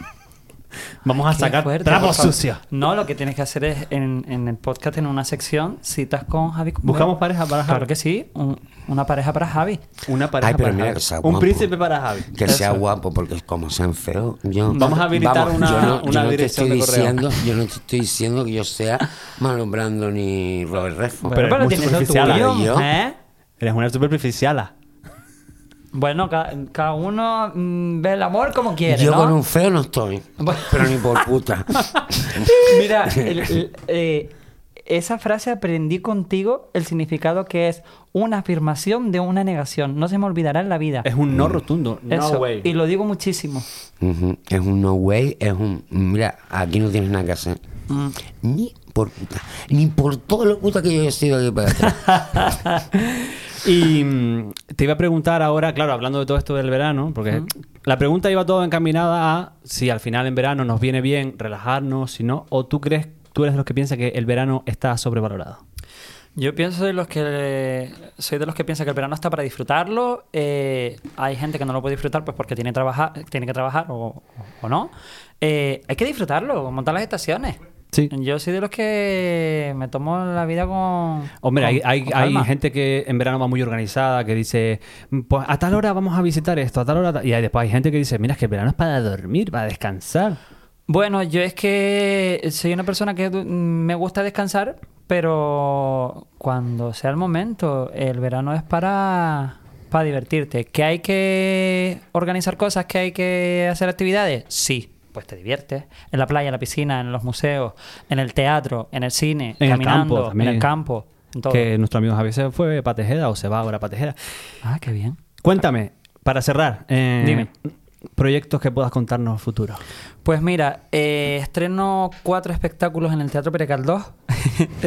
Speaker 3: Vamos a
Speaker 5: Qué
Speaker 3: sacar
Speaker 5: fuerte, por
Speaker 3: trapos
Speaker 5: favor.
Speaker 3: sucios.
Speaker 5: No, lo que tienes que hacer es en, en el podcast, en una sección, citas con Javi. Cumbero.
Speaker 3: Buscamos pareja para Javi.
Speaker 5: Claro que sí, un- una pareja para Javi.
Speaker 3: Una pareja
Speaker 4: Ay, pero
Speaker 3: para
Speaker 4: mira
Speaker 3: Javi.
Speaker 4: que sea
Speaker 3: Un
Speaker 4: guapo.
Speaker 3: príncipe para Javi.
Speaker 4: Que sea
Speaker 5: Eso.
Speaker 4: guapo, porque como sean feos, yo...
Speaker 3: Vamos a habilitar una-
Speaker 4: yo no, yo
Speaker 3: una
Speaker 4: no te
Speaker 3: dirección
Speaker 4: estoy
Speaker 3: de correo.
Speaker 4: diciendo, Yo no te estoy diciendo que yo sea Marlon Brando ni Robert Redford.
Speaker 3: Pero es muy
Speaker 5: tienes lo
Speaker 3: superficial,
Speaker 5: tuyo,
Speaker 4: ¿eh? Yo.
Speaker 5: ¿eh?
Speaker 3: Eres una superficiala.
Speaker 5: Bueno, ca- cada, uno mm, ve el amor como quiere,
Speaker 4: yo
Speaker 5: ¿no?
Speaker 4: con un feo no estoy,
Speaker 5: Bueno.
Speaker 4: pero ni
Speaker 3: *laughs*
Speaker 4: por puta.
Speaker 5: *laughs* Mira, el- el- eh, esa frase aprendí contigo el significado que es una afirmación de una negación. No se me olvidará en la vida.
Speaker 3: Es
Speaker 4: Mm.
Speaker 3: un no rotundo. No
Speaker 5: Eso,
Speaker 3: way.
Speaker 5: Y lo digo muchísimo.
Speaker 4: Ujú, Es un no way, es un... Mira, aquí no tienes nada que hacer.
Speaker 3: Mm.
Speaker 4: Ni por puta. Ni por todo lo puta que yo he sido aquí para
Speaker 3: *laughs*
Speaker 4: atrás.
Speaker 3: Y mm, te iba a preguntar ahora, claro, hablando de todo esto del verano, porque la pregunta iba todo encaminada a si al final en verano nos viene bien relajarnos, si no, o tú crees, tú eres de los que piensa que el verano está sobrevalorado.
Speaker 5: Yo pienso de los que soy de los que piensa que el verano está para disfrutarlo. eh, hay gente que no lo puede disfrutar pues porque tiene, trabaja- tiene que trabajar o, o no. Eh, hay que disfrutarlo, montar las estaciones.
Speaker 3: Sí.
Speaker 5: Yo soy de los que me tomo la vida con.
Speaker 3: Hombre,
Speaker 5: con-
Speaker 3: hay, hay,
Speaker 5: con
Speaker 3: hay
Speaker 5: calma.
Speaker 3: gente que en verano va muy organizada, que dice, "Mm, pues a tal hora vamos a visitar esto, a tal hora... ta-". Y hay- después hay gente que dice, mira, es que el verano es para dormir, para descansar.
Speaker 5: Bueno, yo es que soy una persona que du- me gusta descansar, pero cuando sea el momento, el verano es para, para divertirte. ¿Que hay que organizar cosas? ¿Que hay que hacer actividades? Sí, pues te diviertes. En la playa, en la piscina, en los museos, en el teatro, en el cine,
Speaker 3: En el
Speaker 5: caminando,
Speaker 3: campo también.
Speaker 5: en el campo, en todo.
Speaker 3: Que nuestro amigo Javier se fue para Tejeda o se va ahora para Tejeda.
Speaker 5: Ah, qué bien.
Speaker 3: Cuéntame, para cerrar, eh,
Speaker 5: Dime.
Speaker 3: proyectos que puedas contarnos futuros.
Speaker 5: Pues mira, eh, estreno cuatro espectáculos en el Teatro Pere
Speaker 3: *laughs*
Speaker 5: Caldós.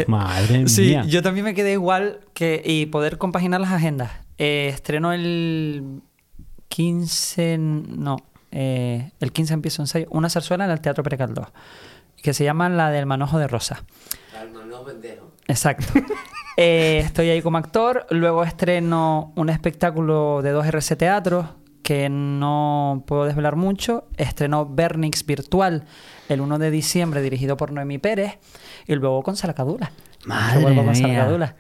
Speaker 3: Madre
Speaker 5: Eh, sí,
Speaker 3: mía.
Speaker 5: yo también me quedé igual que y poder compaginar las agendas. Eh, estreno el 15, no, eh, el 15 empiezo un 6, una zarzuela en el Teatro Pere Caldós, que se llama La del Manojo de Rosa. Exacto. *laughs* Eh, estoy ahí como actor. Luego estreno un espectáculo de 2RC Teatros que no puedo desvelar mucho. Estrenó Bernix Virtual el 1 de diciembre, dirigido por Noemí Pérez. Y luego con Salcadura.
Speaker 3: Madre
Speaker 5: Yo vuelvo con
Speaker 3: mía.
Speaker 5: Salcadura.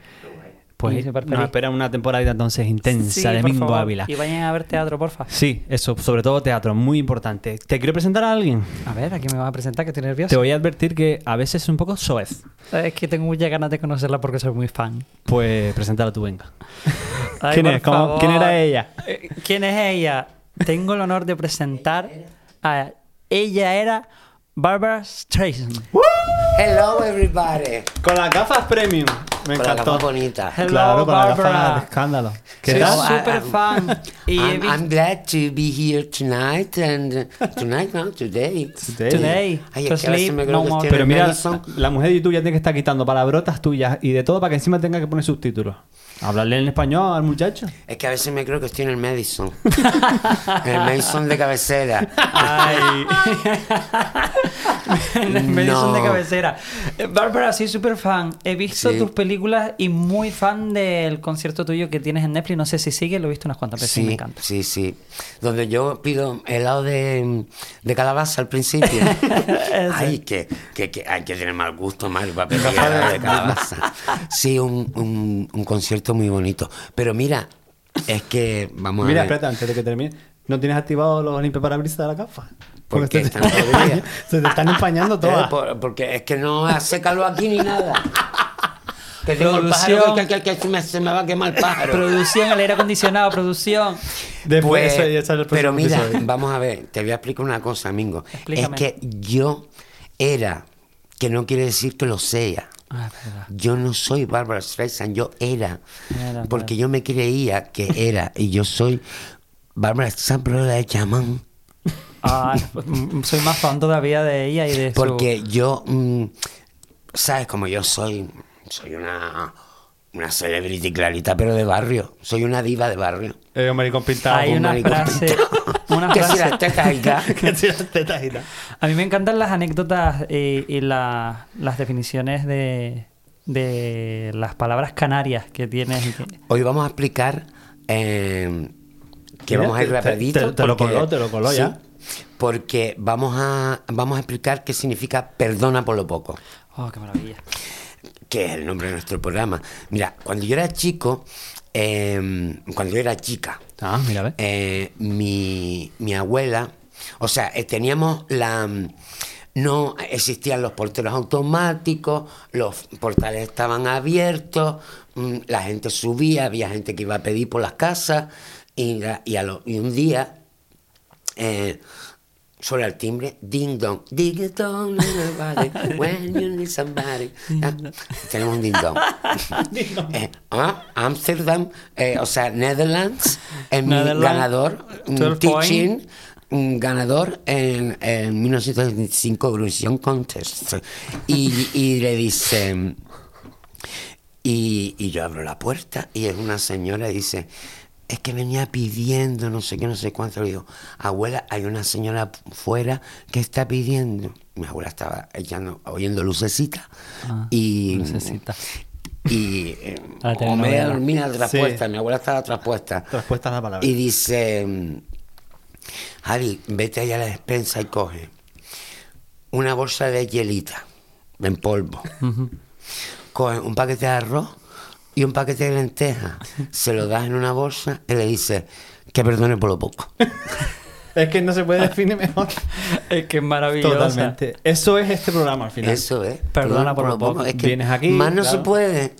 Speaker 5: Y
Speaker 3: Pues
Speaker 5: súper
Speaker 3: nos
Speaker 5: feliz.
Speaker 3: espera una temporada entonces intensa
Speaker 5: Sí,
Speaker 3: de
Speaker 5: por
Speaker 3: Mingo
Speaker 5: favor.
Speaker 3: Ávila.
Speaker 5: Y vayan a ver teatro, porfa.
Speaker 3: Sí, eso, sobre todo teatro, muy importante. Te quiero presentar a alguien.
Speaker 5: A ver, aquí me vas a presentar, que estoy
Speaker 3: Te
Speaker 5: nervioso.
Speaker 3: voy a advertir que a veces es un poco soez.
Speaker 5: Es que tengo muchas ganas de conocerla porque soy muy fan.
Speaker 3: Pues presentar a tu venga.
Speaker 5: Ay,
Speaker 3: ¿Quién
Speaker 5: por
Speaker 3: es? ¿Cómo-
Speaker 5: favor.
Speaker 3: quién era ella?
Speaker 5: Eh, ¿Quién es ella? Tengo el honor de presentar a ella era Barbara Streisand.
Speaker 4: Hello, everybody.
Speaker 3: Con las gafas premium. Me
Speaker 4: con la
Speaker 3: encantó.
Speaker 4: gafa bonita.
Speaker 5: Hello,
Speaker 3: claro, con la gafa
Speaker 5: Barbara.
Speaker 3: de escándalo. ¿Qué
Speaker 5: Soy
Speaker 4: tal?
Speaker 5: súper fan. Y
Speaker 4: *laughs*
Speaker 5: he
Speaker 4: I'm,
Speaker 5: visto-
Speaker 4: I'm glad to be here tonight and uh, tonight no today.
Speaker 3: Today.
Speaker 5: Today.
Speaker 4: Ay,
Speaker 5: To
Speaker 4: es que ahora se
Speaker 5: sleep
Speaker 4: me
Speaker 5: no
Speaker 4: creo que
Speaker 5: more.
Speaker 4: estoy
Speaker 3: Pero mira,
Speaker 4: Madison.
Speaker 3: la mujer de YouTube ya tiene que estar quitando palabrotas tuyas y de todo para que encima tenga que poner subtítulos. Hablarle en español al muchacho.
Speaker 4: Es que a veces me creo que estoy en el
Speaker 5: *laughs*
Speaker 4: Madison. en el Madison de cabecera.
Speaker 5: Ay. me dicen de
Speaker 4: ah, No.
Speaker 5: cabecera. Eh, Bárbara, soy súper fan. He visto
Speaker 4: Sí.
Speaker 5: tus películas y muy fan del concierto tuyo que tienes en Netflix. No sé si sigue, lo he visto unas cuantas veces y Pues me
Speaker 4: Sí,
Speaker 5: encanta.
Speaker 4: sí, sí. Donde yo pido helado de, de calabaza al
Speaker 5: *laughs*
Speaker 4: principio. Ay, que, que, que hay que tener mal gusto, mal para pedir helado de calabaza. Sí, un, un, un concierto muy bonito. Pero mira, es que vamos
Speaker 3: Mira,
Speaker 4: a ver.
Speaker 3: espérate, antes de que termine. ¿No tienes activado los limpiaparabrisas de la gafa?
Speaker 4: ¿Por
Speaker 3: Porque
Speaker 4: qué?
Speaker 3: se,
Speaker 4: Están podridas.
Speaker 3: se te están empañando
Speaker 4: Eh,
Speaker 3: todas.
Speaker 4: por- porque es que no hace calor aquí ni
Speaker 3: *laughs*
Speaker 4: nada. Que tengo el pájaro
Speaker 5: Producción.
Speaker 4: que, que, que se, me, se me va a quemar el pájaro.
Speaker 5: Producción, el aire acondicionado, producción.
Speaker 3: Después
Speaker 4: Pues,
Speaker 3: eso ya sale el
Speaker 4: pero
Speaker 3: próximo
Speaker 4: mira,
Speaker 3: episodio.
Speaker 4: vamos a ver, te voy a explicar una cosa, Mingo.
Speaker 5: Explícame.
Speaker 4: Es que yo era, que no quiere decir que lo sea.
Speaker 5: Ah, es verdad.
Speaker 4: Yo no soy Barbara Streisand, yo era.
Speaker 5: Era,
Speaker 4: porque yo me creía que era. Y yo soy Barbara Streisand, pero la de chamán.
Speaker 5: Ah, mm, soy más fan todavía de ella y de su-
Speaker 4: Porque yo, mm, ¿sabes? Como yo soy, soy una, una celebrity clarita, pero de barrio. Soy una diva de barrio.
Speaker 3: Eh, un maricón pintado.
Speaker 5: Hay
Speaker 4: un
Speaker 5: una
Speaker 4: maricón
Speaker 5: frase. *laughs* Una
Speaker 4: Que si
Speaker 5: frase.
Speaker 4: las tetas y
Speaker 3: *laughs*
Speaker 4: tal.
Speaker 3: Que si las tetas y tal.
Speaker 5: A mí me encantan las anécdotas eh, y, la- las definiciones de, de las palabras canarias que tienes. y que-
Speaker 4: Hoy vamos a explicar eh, que
Speaker 3: Mira,
Speaker 4: vamos a ir
Speaker 3: te- te-
Speaker 4: rapidito.
Speaker 3: te- te lo
Speaker 4: porque-
Speaker 3: coló, te lo coló ya.
Speaker 4: Porque vamos a, vamos a explicar qué significa perdona por lo poco.
Speaker 5: Oh, qué maravilla.
Speaker 4: que es el nombre de nuestro programa. Mira, cuando yo era chico, eh, cuando yo era chica,
Speaker 3: Ah, mira, ve.
Speaker 4: eh, mi, mi abuela, o sea, eh, teníamos la... mm, No existían los porteros automáticos, los portales estaban abiertos, mm, la gente subía, había gente que iba a pedir por las casas y, la- y a lo- y un día eh, suena el timbre, ding dong, ding dong, nobody, when you need somebody. Ah, Tenemos un ding dong. Eh, ah, Amsterdam, eh, o sea, Netherlands, en mi
Speaker 5: Netherlands,
Speaker 4: ganador,
Speaker 5: 12
Speaker 4: mm, teaching, mm, ganador en, en 1975 Eurovision Contest. Y, y le dice... Y, y yo abro la puerta y es una señora y dice, es que venía pidiendo no sé qué, no sé cuánto. Le digo, abuela, hay una señora fuera que está pidiendo. Mi abuela estaba echando, oyendo lucecita.
Speaker 3: Mm.
Speaker 4: y,
Speaker 5: lucecita.
Speaker 4: Y eh,
Speaker 5: La
Speaker 4: o media
Speaker 5: telenovela.
Speaker 4: dormida traspuesta,
Speaker 3: Sí.
Speaker 4: mi abuela estaba traspuesta.
Speaker 3: Traspuesta es la palabra.
Speaker 4: Y dice, Javi, vete allá a la despensa y coge una bolsa de hielita en polvo. Coge un paquete de arroz y un paquete de
Speaker 3: *laughs*
Speaker 4: lentejas. Se lo das en una bolsa y le dices que perdone por lo poco.
Speaker 3: Es que no se puede definir mejor.
Speaker 5: Es que es maravilloso.
Speaker 3: Totalmente. Eso es este programa al final.
Speaker 4: Eso es.
Speaker 5: Perdona por lo poco.
Speaker 4: Es que
Speaker 3: Vienes aquí,
Speaker 4: Más no
Speaker 3: claro.
Speaker 4: se puede.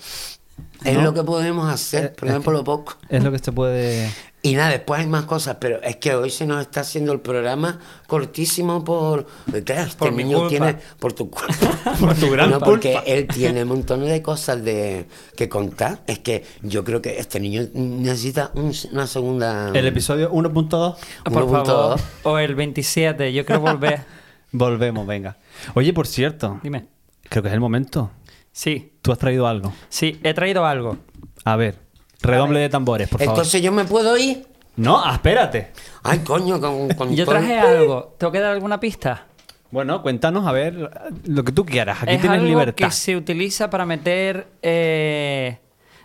Speaker 4: Es
Speaker 3: No.
Speaker 4: lo que podemos hacer,
Speaker 3: Eh,
Speaker 4: perdón
Speaker 3: es
Speaker 4: por
Speaker 3: que-
Speaker 4: lo poco.
Speaker 3: Es lo que se puede.
Speaker 4: Y nada, después hay más cosas, pero es que hoy se nos está haciendo el programa cortísimo por. Claro, este
Speaker 5: Por mi
Speaker 4: niño
Speaker 5: culpa.
Speaker 4: tiene. Por tu culpa.
Speaker 3: *laughs* Por tu gran
Speaker 4: No, porque
Speaker 3: culpa.
Speaker 4: él tiene un montón de cosas de, que contar. Es que yo creo que este niño necesita un- una segunda.
Speaker 3: El episodio 1.2.
Speaker 5: Ah, Por favor.
Speaker 4: 1.2.
Speaker 5: O el 27, yo quiero volver.
Speaker 3: *laughs* Volvemos, venga. Oye, por cierto.
Speaker 5: Dime.
Speaker 3: Creo que es el momento.
Speaker 5: Sí,
Speaker 3: Tú has traído algo.
Speaker 5: sí, he traído algo.
Speaker 3: A ver. Redoble de tambores, por favor.
Speaker 4: Entonces yo me puedo ir.
Speaker 3: No, ah, espérate.
Speaker 4: Ay, coño, con. con
Speaker 5: Yo
Speaker 4: todo-
Speaker 5: traje algo. ¿Tengo que dar alguna pista?
Speaker 3: Bueno, cuéntanos a ver lo que tú quieras. Aquí
Speaker 5: es
Speaker 3: tienes
Speaker 5: algo
Speaker 3: libertad.
Speaker 5: que se utiliza para meter eh,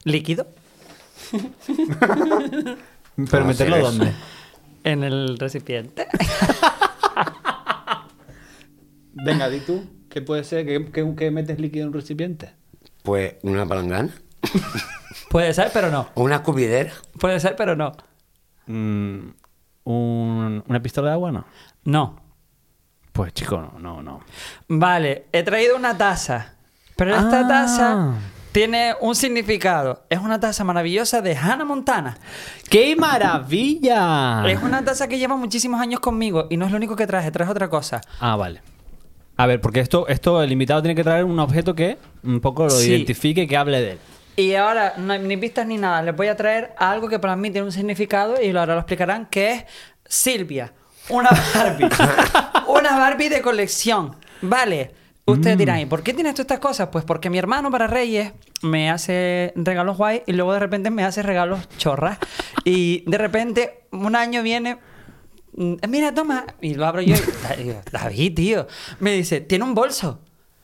Speaker 5: líquido
Speaker 3: Pero
Speaker 4: No,
Speaker 3: meterlo
Speaker 4: hacer eso.
Speaker 3: dónde?
Speaker 5: en el recipiente.
Speaker 3: *laughs*
Speaker 5: *laughs*
Speaker 3: Venga, di tú. ¿Qué puede ser? ¿Qué, qué, qué metes líquido en un recipiente?
Speaker 4: Pues una palangana.
Speaker 5: Puede ser, pero no.
Speaker 4: Una Ah, escupidera.
Speaker 5: Puede ser, pero no.
Speaker 3: Mm, un- ¿Una pistola de agua? No.
Speaker 5: No.
Speaker 3: Pues chico, no, no, no.
Speaker 5: Vale, he traído una taza. Pero esta
Speaker 3: Ah.
Speaker 5: taza tiene un significado. Es una taza maravillosa de Hannah Montana. ¡Qué
Speaker 3: maravilla! Ah.
Speaker 5: Es una taza que lleva muchísimos años conmigo y no es lo único que traje, traje otra cosa.
Speaker 3: Ah, vale. A ver, porque esto, esto el invitado tiene que traer un objeto que un poco lo
Speaker 5: Sí.
Speaker 3: identifique, que hable de él.
Speaker 5: Y ahora, no hay ni pistas ni nada, les voy a traer algo que para mí tiene un significado y ahora lo explicarán, que es Silvia, una Barbie. una Barbie de colección. Vale. Ustedes dirán, ¿y por qué tienes tú estas cosas? Pues porque mi hermano para Reyes me hace regalos guay y luego de repente me hace regalos chorras. Y de repente un año viene Mm, Mira, toma. Y lo abro yo.
Speaker 4: *laughs*
Speaker 5: y digo, David, tío. Me dice, tiene un bolso.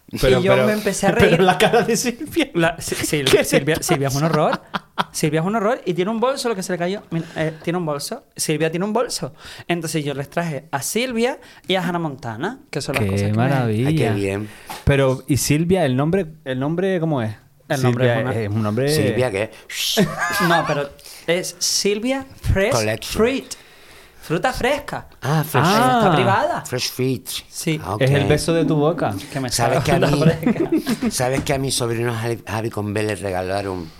Speaker 5: y yo me empecé a
Speaker 3: *laughs*
Speaker 5: reír.
Speaker 3: Pero la cara de Silvia.
Speaker 5: La- Si- Sil-
Speaker 3: *laughs* ¿Qué le
Speaker 5: Silvia,
Speaker 3: pasa?
Speaker 5: Silvia es un horror. Silvia es un horror y tiene un bolso, lo que se le cayó. Mira, eh, tiene un bolso. Silvia tiene un bolso. Entonces yo les traje a Silvia y a Hannah Montana, que son las cosas
Speaker 3: Qué
Speaker 5: que me-
Speaker 3: maravilla.
Speaker 4: Ay, qué bien.
Speaker 3: Pero, ¿y Silvia, el nombre, el nombre cómo es?
Speaker 5: El nombre
Speaker 3: Silvia
Speaker 5: es una-
Speaker 3: es un nombre.
Speaker 4: Silvia, ¿qué?
Speaker 5: *laughs* No, pero es Silvia Fresh
Speaker 4: Collection.
Speaker 5: Fruit. Fruta fresca.
Speaker 4: Ah, Fresh
Speaker 5: Ahí
Speaker 3: Ah.
Speaker 5: Está privada.
Speaker 4: Fresh Fit.
Speaker 5: Sí.
Speaker 4: Ah, ok.
Speaker 3: Es el beso de tu boca.
Speaker 5: Que me
Speaker 4: ¿Sabes
Speaker 5: sabe *laughs*
Speaker 4: que, a
Speaker 5: fruta
Speaker 4: mí,
Speaker 5: fresca.
Speaker 4: ¿Sabes que a mi sobrino Javi, Javi Convé le regalaron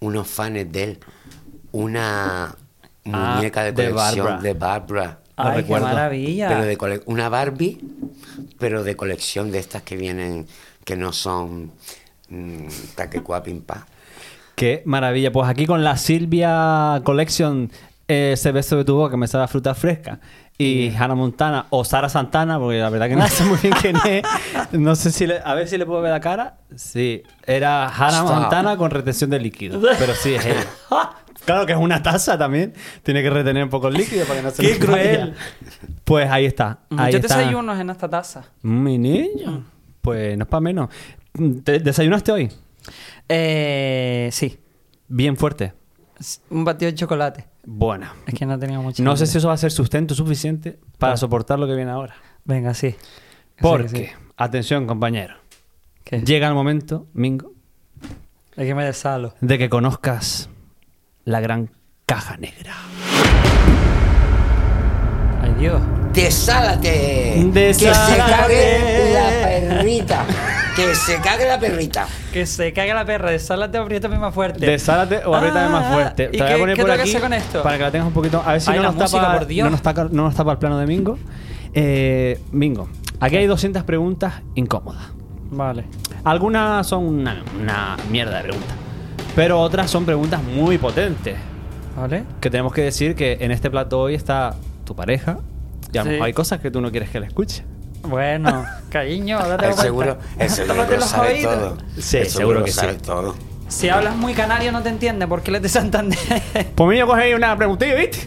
Speaker 4: unos fans de él una
Speaker 3: Ah,
Speaker 4: muñeca de
Speaker 3: de
Speaker 4: colección
Speaker 3: Barbara.
Speaker 4: de Barbara?
Speaker 3: Lo
Speaker 5: Ay, qué
Speaker 3: recuerdo.
Speaker 5: Ah, maravilla.
Speaker 4: Pero de cole- una Barbie, pero de colección de estas que vienen, que no son mm, taquecua pimpa.
Speaker 3: Qué maravilla. Pues aquí con la Silvia Collection, eh, ese beso de tu boca que me sabe a fruta fresca. Y Hannah Montana o Sara Santana, porque la verdad que no *laughs* sé muy bien quién es. No sé si le- a ver si le puedo ver la cara. Sí, era Hannah
Speaker 4: Stop.
Speaker 3: Montana con retención de líquido. Pero sí es
Speaker 5: *laughs*
Speaker 3: ella. Claro que es una taza también. Tiene que retener un poco el líquido para que no se
Speaker 5: Qué
Speaker 3: le vaya.
Speaker 5: cruel. Mm,
Speaker 3: Pues ahí está. Ahí
Speaker 5: Muchos
Speaker 3: está.
Speaker 5: desayunos en esta taza.
Speaker 3: Mi niño. Pues no es para menos. ¿Te- ¿Desayunaste hoy?
Speaker 5: Eh, sí.
Speaker 3: Bien fuerte.
Speaker 5: S- Un batido de chocolate.
Speaker 3: Bueno.
Speaker 5: Es que no tenía mucho.
Speaker 3: No sé
Speaker 5: hambre.
Speaker 3: si eso va a ser sustento suficiente para soportar lo que viene ahora.
Speaker 5: Venga, sí. Eh.
Speaker 3: Porque,
Speaker 5: Sí, sí.
Speaker 3: atención compañero,
Speaker 5: ¿Qué?
Speaker 3: llega el momento, Mingo,
Speaker 5: Es que me desalo.
Speaker 3: de que conozcas la gran caja negra.
Speaker 5: Ay, Dios.
Speaker 4: ¡Desálate! ¡Que se
Speaker 3: ¡Desálate!
Speaker 4: cague la perrita! ¡Que se cague la perrita!
Speaker 5: Que se cague la perra. Desálate o apriétame más fuerte.
Speaker 3: Desálate o apriétame
Speaker 5: Ah,
Speaker 3: más fuerte. Te
Speaker 5: ¿Y
Speaker 3: voy
Speaker 5: qué-
Speaker 3: a poner
Speaker 5: qué
Speaker 3: por
Speaker 5: tengo que
Speaker 3: aquí
Speaker 5: hacer con esto?
Speaker 3: para que la tengas un poquito. A ver si
Speaker 5: Ay,
Speaker 3: no,
Speaker 5: la
Speaker 3: nos
Speaker 5: música,
Speaker 3: tapa,
Speaker 5: por Dios.
Speaker 3: no nos tapa- no nos tapa el plano de Mingo. Eh, Mingo, aquí hay 200 preguntas incómodas.
Speaker 5: Vale.
Speaker 3: Algunas son una, una mierda de preguntas, pero otras son preguntas muy potentes.
Speaker 5: ¿Vale?
Speaker 3: Que tenemos que decir que en este plato hoy está tu pareja. Y a lo
Speaker 5: Sí.
Speaker 3: mejor hay cosas que tú no quieres que la escuche. *laughs*
Speaker 5: Bueno, cariño,
Speaker 3: Eh,
Speaker 5: date
Speaker 4: El
Speaker 5: cuenta.
Speaker 4: seguro, el seguro
Speaker 5: Tómate
Speaker 4: lo
Speaker 5: los
Speaker 4: sabe
Speaker 5: oídos.
Speaker 4: todo.
Speaker 3: Sí,
Speaker 4: El
Speaker 3: seguro
Speaker 4: lo
Speaker 3: que
Speaker 4: sabe
Speaker 3: sí.
Speaker 4: todo.
Speaker 5: Si hablas muy canario no te *laughs* entiende porque eres de Santander.
Speaker 3: Pues mira, coge ahí una preguntilla, *laughs* ¿viste?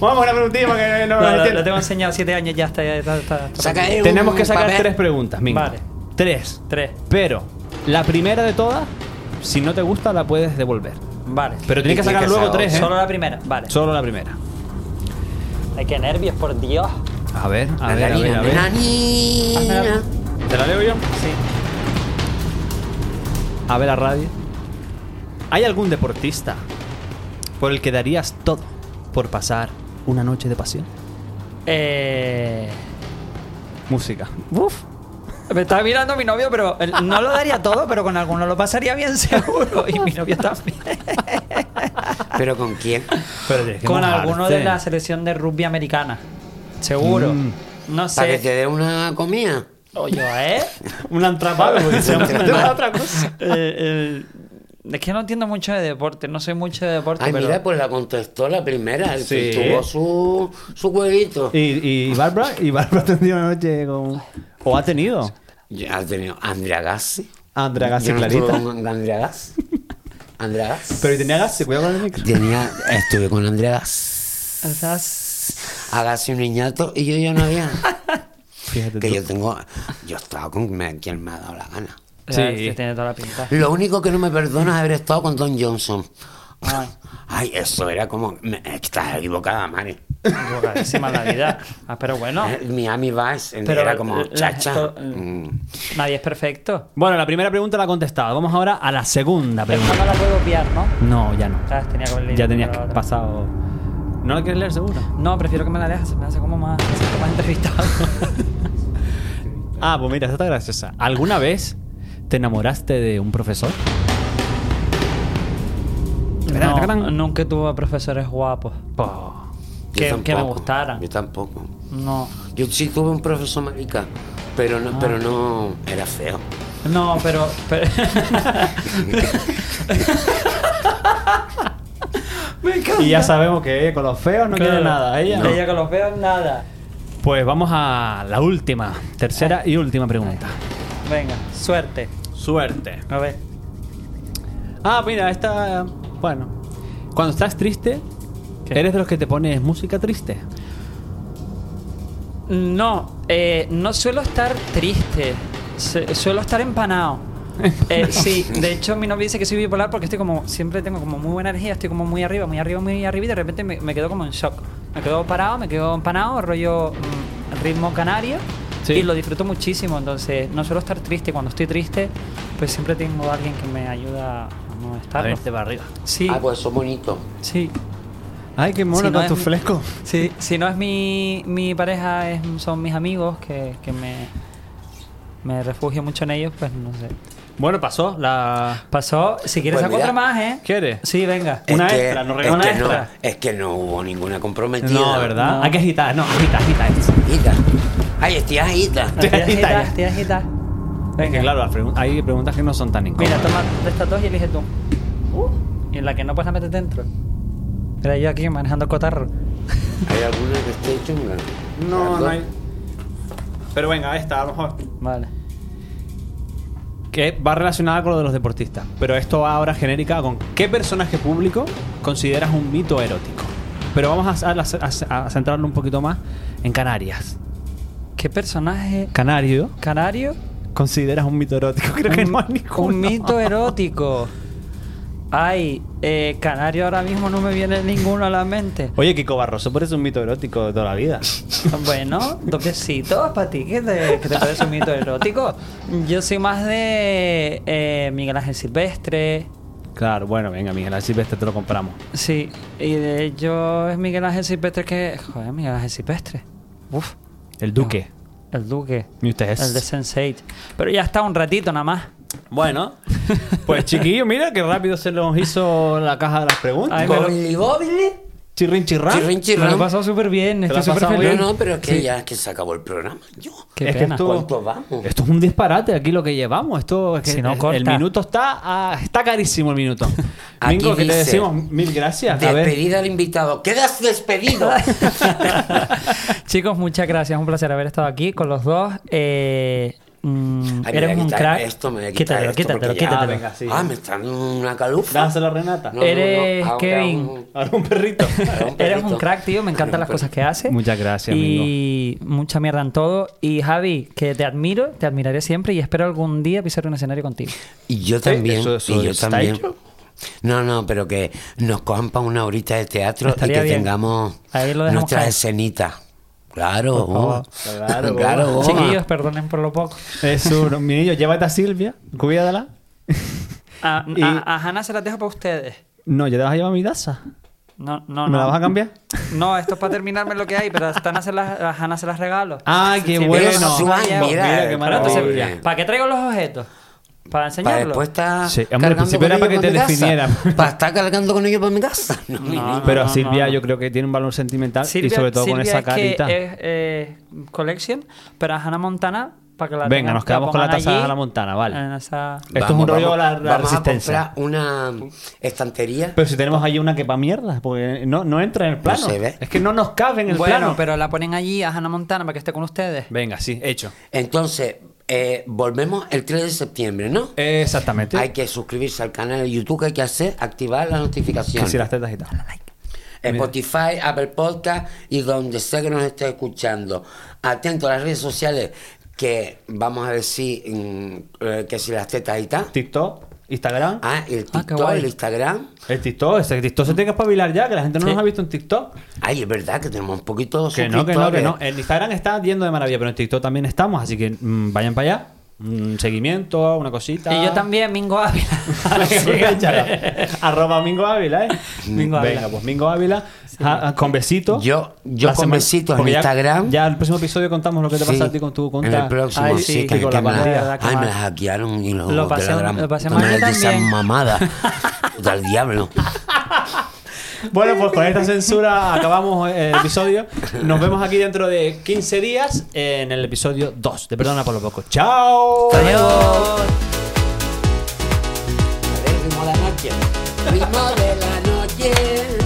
Speaker 3: Vamos a una preguntilla para que no
Speaker 5: No,
Speaker 3: nos
Speaker 5: lo, lo
Speaker 3: entienda.
Speaker 5: tengo enseñado siete años ya está. ya está, está- está-
Speaker 4: Saca ahí
Speaker 3: Tenemos
Speaker 4: un
Speaker 3: que sacar
Speaker 4: papel.
Speaker 3: tres preguntas, Mingo.
Speaker 5: Vale.
Speaker 3: Tres.
Speaker 5: Tres.
Speaker 3: Pero la primera de todas, si no te gusta, la puedes devolver.
Speaker 5: Vale.
Speaker 3: Pero
Speaker 4: Y
Speaker 3: tienes que
Speaker 4: tiene
Speaker 3: sacar
Speaker 4: que
Speaker 3: luego
Speaker 4: ser
Speaker 3: tres, ¿eh?
Speaker 5: Solo la primera. Vale.
Speaker 3: Solo la primera.
Speaker 5: Ay, qué nervios, por Dios.
Speaker 3: A ver, a ver, a ver,
Speaker 4: Nananina,
Speaker 3: a ver.
Speaker 4: nananina.
Speaker 3: ¿Te la leo yo?
Speaker 5: Sí.
Speaker 3: A ver, a radio. ¿Hay algún deportista por el que darías todo por pasar una noche de pasión?
Speaker 5: Eh...
Speaker 3: Música.
Speaker 5: Uf. Me estaba mirando mi novio, pero él no lo daría todo, pero con alguno lo pasaría bien *laughs* seguro. Y mi novio también.
Speaker 4: *laughs* ¿Pero con quién?
Speaker 3: Pero tienes que
Speaker 5: Con
Speaker 3: mojarte.
Speaker 5: alguno de la selección de rugby americana. Seguro.
Speaker 3: Mm.
Speaker 5: No
Speaker 4: ¿Para que te
Speaker 5: sé.
Speaker 4: dé una comida?
Speaker 5: Oye,
Speaker 4: *laughs*
Speaker 5: ¿eh?
Speaker 3: Un antrapado, porque
Speaker 5: *laughs*
Speaker 3: se llama
Speaker 4: Antrapado.
Speaker 3: otra cosa.
Speaker 5: Eh, eh, Es que no entiendo mucho de deporte, no soy mucho de deporte,
Speaker 4: Ay,
Speaker 5: pero.
Speaker 4: mira, pues la contestó la primera. el que
Speaker 3: Sí.
Speaker 4: Tuvo su, su jueguito.
Speaker 3: Y, y Bárbara, y *laughs* Bárbara ha tenido una noche con. O ha tenido.
Speaker 4: Ya Has tenido Andrea Gassi.
Speaker 3: Andrea Gassi
Speaker 4: Yo no
Speaker 3: Clarita.
Speaker 4: estuve con Andrea
Speaker 3: *laughs*
Speaker 4: Gassi. Andrea Gassi.
Speaker 3: Pero tenía gas, cuidado con el micro.
Speaker 4: Tenía, estuve con Andrea Gassi.
Speaker 5: Estás-
Speaker 4: A Gassi un niñato y yo ya
Speaker 3: *laughs*
Speaker 4: no había.
Speaker 3: Fíjate
Speaker 4: que
Speaker 3: tú.
Speaker 4: yo tengo. Yo estaba con me- quien me ha dado la gana.
Speaker 3: Sí.
Speaker 5: Ya, este tiene toda la pinta.
Speaker 4: Lo único que no me perdona es haber estado con Don Johnson.
Speaker 5: Ay,
Speaker 4: Ay, eso era como. me- estás equivocada, Mari.
Speaker 5: encima la vida. Ah, pero bueno,
Speaker 4: Eh, Miami Vice
Speaker 5: Pero
Speaker 4: era como
Speaker 5: la-
Speaker 4: chacha.
Speaker 3: eh,
Speaker 5: esto-
Speaker 4: Mm.
Speaker 5: nadie es perfecto.
Speaker 3: Bueno, la primera pregunta la ha contestado. Vamos ahora a la segunda
Speaker 5: Esta
Speaker 3: pregunta.
Speaker 5: no la puedo obviar, ¿no?
Speaker 3: No, ya no.
Speaker 5: Ah, tenía que haber leído
Speaker 3: Ya tenías
Speaker 5: la
Speaker 3: que-
Speaker 5: otra.
Speaker 3: pasado. ¿No la quieres leer seguro?
Speaker 5: No, prefiero que me la leas, se me hace como más, me siento
Speaker 3: *laughs*
Speaker 5: más entrevistado.
Speaker 3: Ah, pues mira, esta está graciosa. ¿Alguna vez te enamoraste de un profesor?
Speaker 5: No, nunca tuve profesores guapos.
Speaker 3: Po.
Speaker 4: Yo
Speaker 5: Que, que me
Speaker 3: Oh.
Speaker 4: tampoco,
Speaker 5: gustaran.
Speaker 4: Yo tampoco.
Speaker 5: No.
Speaker 4: Yo sí tuve un profesor marica, pero no,
Speaker 3: Ah.
Speaker 4: pero no era feo.
Speaker 5: No, pero.
Speaker 3: *laughs*
Speaker 5: pero- Me encanta.
Speaker 3: Y ya sabemos que eh, con los feos no
Speaker 5: Claro.
Speaker 3: quiere nada. ¿eh? Ella.
Speaker 5: Ella que los veo, nada.
Speaker 3: Pues vamos a la última, tercera y última pregunta.
Speaker 5: Venga, suerte.
Speaker 3: Suerte.
Speaker 5: A ver.
Speaker 3: Ah, mira, esta. Bueno. Cuando estás triste, ¿eres de los que te pones música triste?
Speaker 5: No, eh, no suelo estar triste. Su- suelo estar empanado. Eh, sí, de hecho mi novia dice que soy bipolar porque estoy como, siempre tengo como muy buena energía, estoy como muy arriba, muy arriba, muy arriba y de repente me, me quedo como en shock. Me quedo parado, me quedo empanado, rollo mm, ritmo canario
Speaker 3: Sí.
Speaker 5: y lo disfruto muchísimo, entonces no suelo estar triste. Cuando estoy triste, pues siempre tengo a alguien que me ayuda a no estarlo.
Speaker 3: para arriba.
Speaker 5: Sí,
Speaker 4: Ah, pues eso es bonito.
Speaker 5: sí.
Speaker 3: Ay, qué
Speaker 5: Si
Speaker 3: mono
Speaker 5: no
Speaker 3: con
Speaker 5: es
Speaker 3: tu
Speaker 5: mi-
Speaker 3: fresco.
Speaker 5: Sí, si no es mi, mi pareja, es- son mis amigos que, que me, me refugio mucho en ellos, pues no sé.
Speaker 3: Bueno, pasó la.
Speaker 5: Pasó, si quieres
Speaker 4: Pues
Speaker 5: saco
Speaker 4: mira.
Speaker 5: otra más, ¿eh?
Speaker 3: ¿Quieres?
Speaker 5: Sí, venga.
Speaker 3: Eh, Una
Speaker 4: es que-
Speaker 3: extra, nos
Speaker 4: es
Speaker 3: regaló
Speaker 4: que
Speaker 3: una
Speaker 4: no,
Speaker 3: extra.
Speaker 4: es que no hubo ninguna comprometida.
Speaker 3: No, ¿verdad?
Speaker 5: No.
Speaker 3: Hay que agitar, no, agita, agita. esto.
Speaker 4: Ita. Ay, estoy agita.
Speaker 5: Tía
Speaker 3: ya,
Speaker 5: Gita,
Speaker 3: ya.
Speaker 5: tía Gita.
Speaker 3: Es que
Speaker 5: Venga,
Speaker 3: claro, las pregun- hay preguntas que no son tan
Speaker 5: mira,
Speaker 3: incómodas.
Speaker 5: toma de estas dos y elige tú.
Speaker 4: Uh.
Speaker 5: Y en la que no puedes la metes dentro. Mira, yo aquí manejando cotarro.
Speaker 4: ¿Hay alguna que esté chunga?
Speaker 3: no,
Speaker 4: Las
Speaker 3: no
Speaker 4: dos.
Speaker 3: hay. Pero venga, esta a lo mejor.
Speaker 5: Vale.
Speaker 3: Que va relacionada con lo de los deportistas. Pero esto va ahora genérica con ¿qué personaje público consideras un mito erótico? Pero vamos a, a- a- a centrarlo un poquito más en Canarias.
Speaker 5: ¿Qué personaje
Speaker 3: Canario,
Speaker 5: canario?
Speaker 3: ¿consideras un e- mito erótico? *laughs* Creo que
Speaker 5: Un-
Speaker 3: no hay ninguno.
Speaker 5: Un mito erótico. Ay, eh, canario ahora mismo no me viene ninguno a la mente.
Speaker 3: Oye, Kiko Barroso parece un mito erótico de toda la vida.
Speaker 5: Bueno, dos besitos para ti, que te, que te parece un mito erótico. Yo soy más de eh, Miguel Ángel Silvestre.
Speaker 3: Claro, bueno, venga, Miguel Ángel Silvestre te lo compramos.
Speaker 5: Sí, y de hecho es Miguel Ángel Silvestre que. Joder, Miguel Ángel Silvestre. Uf,
Speaker 3: El Duque.
Speaker 5: el Duque.
Speaker 3: Y ustedes.
Speaker 5: El de Sense8. Pero ya está un ratito nada más.
Speaker 3: Bueno, pues chiquillo, mira qué rápido se nos hizo la caja de las preguntas.
Speaker 5: Ay, me lo-
Speaker 4: Bobili, bobili.
Speaker 3: Chirrin chirrán.
Speaker 4: Chirrin,
Speaker 5: Me lo he
Speaker 4: chirrán.
Speaker 5: pasado súper bien,
Speaker 3: lo
Speaker 5: estoy
Speaker 3: has
Speaker 5: súper
Speaker 3: pasado
Speaker 5: feliz.
Speaker 3: bien,
Speaker 4: No, no, pero es que ya es que se acabó el programa. Yo.
Speaker 5: Qué
Speaker 3: Es que
Speaker 5: pena.
Speaker 3: esto-
Speaker 4: ¿Cuánto vamos?
Speaker 3: Esto es un disparate aquí lo que llevamos. Esto es que
Speaker 5: Si no,
Speaker 3: el-
Speaker 5: corta.
Speaker 3: el minuto está ah, está carísimo el minuto.
Speaker 4: *laughs* Aquí
Speaker 3: Mingo, que te
Speaker 4: dice,
Speaker 3: decimos mil gracias. A ver.
Speaker 4: Despedida al invitado. ¡Quedas
Speaker 5: *laughs*
Speaker 4: despedido!
Speaker 5: Chicos, muchas gracias. Un placer haber estado aquí con los dos. Eh, mm,
Speaker 4: Ay, me voy
Speaker 5: eres
Speaker 4: a
Speaker 5: un
Speaker 4: quitar
Speaker 5: crack.
Speaker 4: Esto, me voy a quitar esto
Speaker 5: quítatelo, quítatelo,
Speaker 4: porque ya-
Speaker 5: quítatelo.
Speaker 3: venga, sí.
Speaker 4: Ah, me está dando una calufa.
Speaker 3: Dáselo a Renata.
Speaker 4: No, no, no,
Speaker 5: Eres
Speaker 4: ahora
Speaker 5: Kevin.
Speaker 4: un-
Speaker 3: Ahora un perrito.
Speaker 4: ahora un
Speaker 5: Eres un
Speaker 4: perrito.
Speaker 5: crack, tío. Me encantan las cosas que haces.
Speaker 3: Muchas gracias,
Speaker 5: Y mucha mierda en todo. Y Javi, que te admiro, te admiraré siempre y espero algún día pisar un escenario contigo.
Speaker 4: Y yo también.
Speaker 3: eso- eso
Speaker 4: y yo
Speaker 3: está
Speaker 4: también.
Speaker 3: hecho.
Speaker 4: No, no, pero que nos cojan para una horita de teatro y
Speaker 5: Estaría
Speaker 4: que
Speaker 5: bien.
Speaker 4: tengamos
Speaker 5: Ahí lo dejamos
Speaker 4: nuestras
Speaker 5: caer. Oh,
Speaker 4: escenitas. Claro, boba.
Speaker 3: Claro,
Speaker 4: *laughs* claro,
Speaker 3: boba.
Speaker 4: boba.
Speaker 5: Chiquillos, perdonen por lo poco.
Speaker 3: *laughs* Es un mi niño, llévate a Silvia, cuídala.
Speaker 5: A,
Speaker 3: Y-
Speaker 5: a- a Hannah se las dejo para ustedes.
Speaker 3: No, ya te vas a llevar mi taza.
Speaker 5: No, no,
Speaker 3: ¿Me la
Speaker 5: no.
Speaker 3: vas a cambiar?
Speaker 5: No, esto es para terminarme lo que hay, pero hasta Hannah se las, a Hannah se las regalo.
Speaker 3: Ah, qué
Speaker 5: sí,
Speaker 3: bueno.
Speaker 5: pero eso
Speaker 4: Ay, mira,
Speaker 5: Mira,
Speaker 3: mira qué
Speaker 4: qué
Speaker 5: Bueno, entonces,
Speaker 3: maravilla.
Speaker 4: pobre.
Speaker 5: ¿Para qué traigo los objetos? ¿Para
Speaker 4: Para
Speaker 5: enseñarlos?
Speaker 4: después estar
Speaker 3: Sí, hombre, al
Speaker 4: cargando
Speaker 3: principio
Speaker 4: con
Speaker 3: era para
Speaker 4: ellos
Speaker 3: que te
Speaker 4: mi casa.
Speaker 3: definiera.
Speaker 4: *laughs* Para estar cargando con ellos para mi casa. No, mi niño.
Speaker 3: Pero a
Speaker 5: *laughs* no,
Speaker 3: Silvia
Speaker 5: no.
Speaker 3: yo creo que tiene un valor sentimental y
Speaker 5: Silvia-
Speaker 3: sobre todo con
Speaker 5: Silvia
Speaker 3: esa
Speaker 5: es que
Speaker 3: carita.
Speaker 5: es eh, collection, pero a Hannah Montana para que la
Speaker 3: Venga,
Speaker 5: tengan-
Speaker 3: nos quedamos con la
Speaker 5: pongan
Speaker 3: taza de
Speaker 5: allí,
Speaker 3: Hannah Montana, vale.
Speaker 5: en esa-
Speaker 3: Esto es un rollo a la, la
Speaker 4: vamos
Speaker 3: resistencia.
Speaker 4: a comprar una estantería.
Speaker 3: Pero si tenemos ahí una que pa' mierda, porque no, no entra en el plano.
Speaker 4: Pues se ve.
Speaker 3: Es que no nos cabe en el
Speaker 5: bueno,
Speaker 3: plano.
Speaker 5: pero la ponen allí a Hannah Montana para que esté con ustedes.
Speaker 3: Venga, sí, hecho.
Speaker 4: Entonces, eh, volvemos el 3 de septiembre, ¿no?
Speaker 3: Exactamente.
Speaker 4: Hay que suscribirse al canal de YouTube que hay que hacer, activar las
Speaker 3: que
Speaker 4: notificaciones.
Speaker 3: si las tetas y tal.
Speaker 4: Spotify, Apple Podcast y donde sea que nos esté escuchando. Atento a las redes sociales que vamos a decir mm, eh, que si las tetas y tal.
Speaker 3: TikTok, Instagram.
Speaker 4: Ah, el
Speaker 5: Ah, qué
Speaker 4: TikTok,
Speaker 5: guay.
Speaker 4: el Instagram.
Speaker 3: El TikTok, ese TikTok se tiene que espabilar ya, que la gente no
Speaker 5: Sí.
Speaker 3: nos ha visto en TikTok.
Speaker 4: Ay, es verdad que tenemos un poquito de
Speaker 3: Que no, que no, que
Speaker 4: suscriptores.
Speaker 3: no. El Instagram está yendo de maravilla, pero en TikTok también estamos, así que mm, vayan para allá. Un seguimiento, una cosita.
Speaker 5: Y
Speaker 3: *laughs*
Speaker 5: yo también, Mingo Ávila.
Speaker 3: Aprovechala. Arroba Mingo Ávila, ¿eh?
Speaker 4: Mm.
Speaker 5: Mingo
Speaker 3: Venga,
Speaker 5: Ávila.
Speaker 3: pues Mingo Ávila, ja- con besitos.
Speaker 4: Yo- yo
Speaker 3: La
Speaker 4: con
Speaker 3: semana-
Speaker 4: besitos en
Speaker 3: porque ya-
Speaker 4: Instagram.
Speaker 3: Ya, el próximo episodio contamos lo que te
Speaker 4: Sí,
Speaker 3: pasa a ti con tu cuenta.
Speaker 4: En el próximo,
Speaker 5: Ay,
Speaker 4: sí,
Speaker 5: sí,
Speaker 4: que,
Speaker 3: con
Speaker 4: que
Speaker 3: la
Speaker 4: me,
Speaker 5: pantalla.
Speaker 4: la, ay, me la hackearon y los
Speaker 5: Lo
Speaker 4: de
Speaker 5: pasé-
Speaker 4: la gran
Speaker 5: lo pasé
Speaker 4: puta
Speaker 3: *laughs*
Speaker 5: mal
Speaker 4: madre,
Speaker 5: yo
Speaker 4: que esa
Speaker 5: también.
Speaker 4: mamada. Puta, al diablo.
Speaker 3: Bueno, pues con esta censura acabamos el episodio. Nos vemos aquí dentro de 15 días en el episodio 2 de Perdona por lo poco. ¡Chao!
Speaker 5: Adiós.
Speaker 4: ritmo de la noche, ritmo de la noche.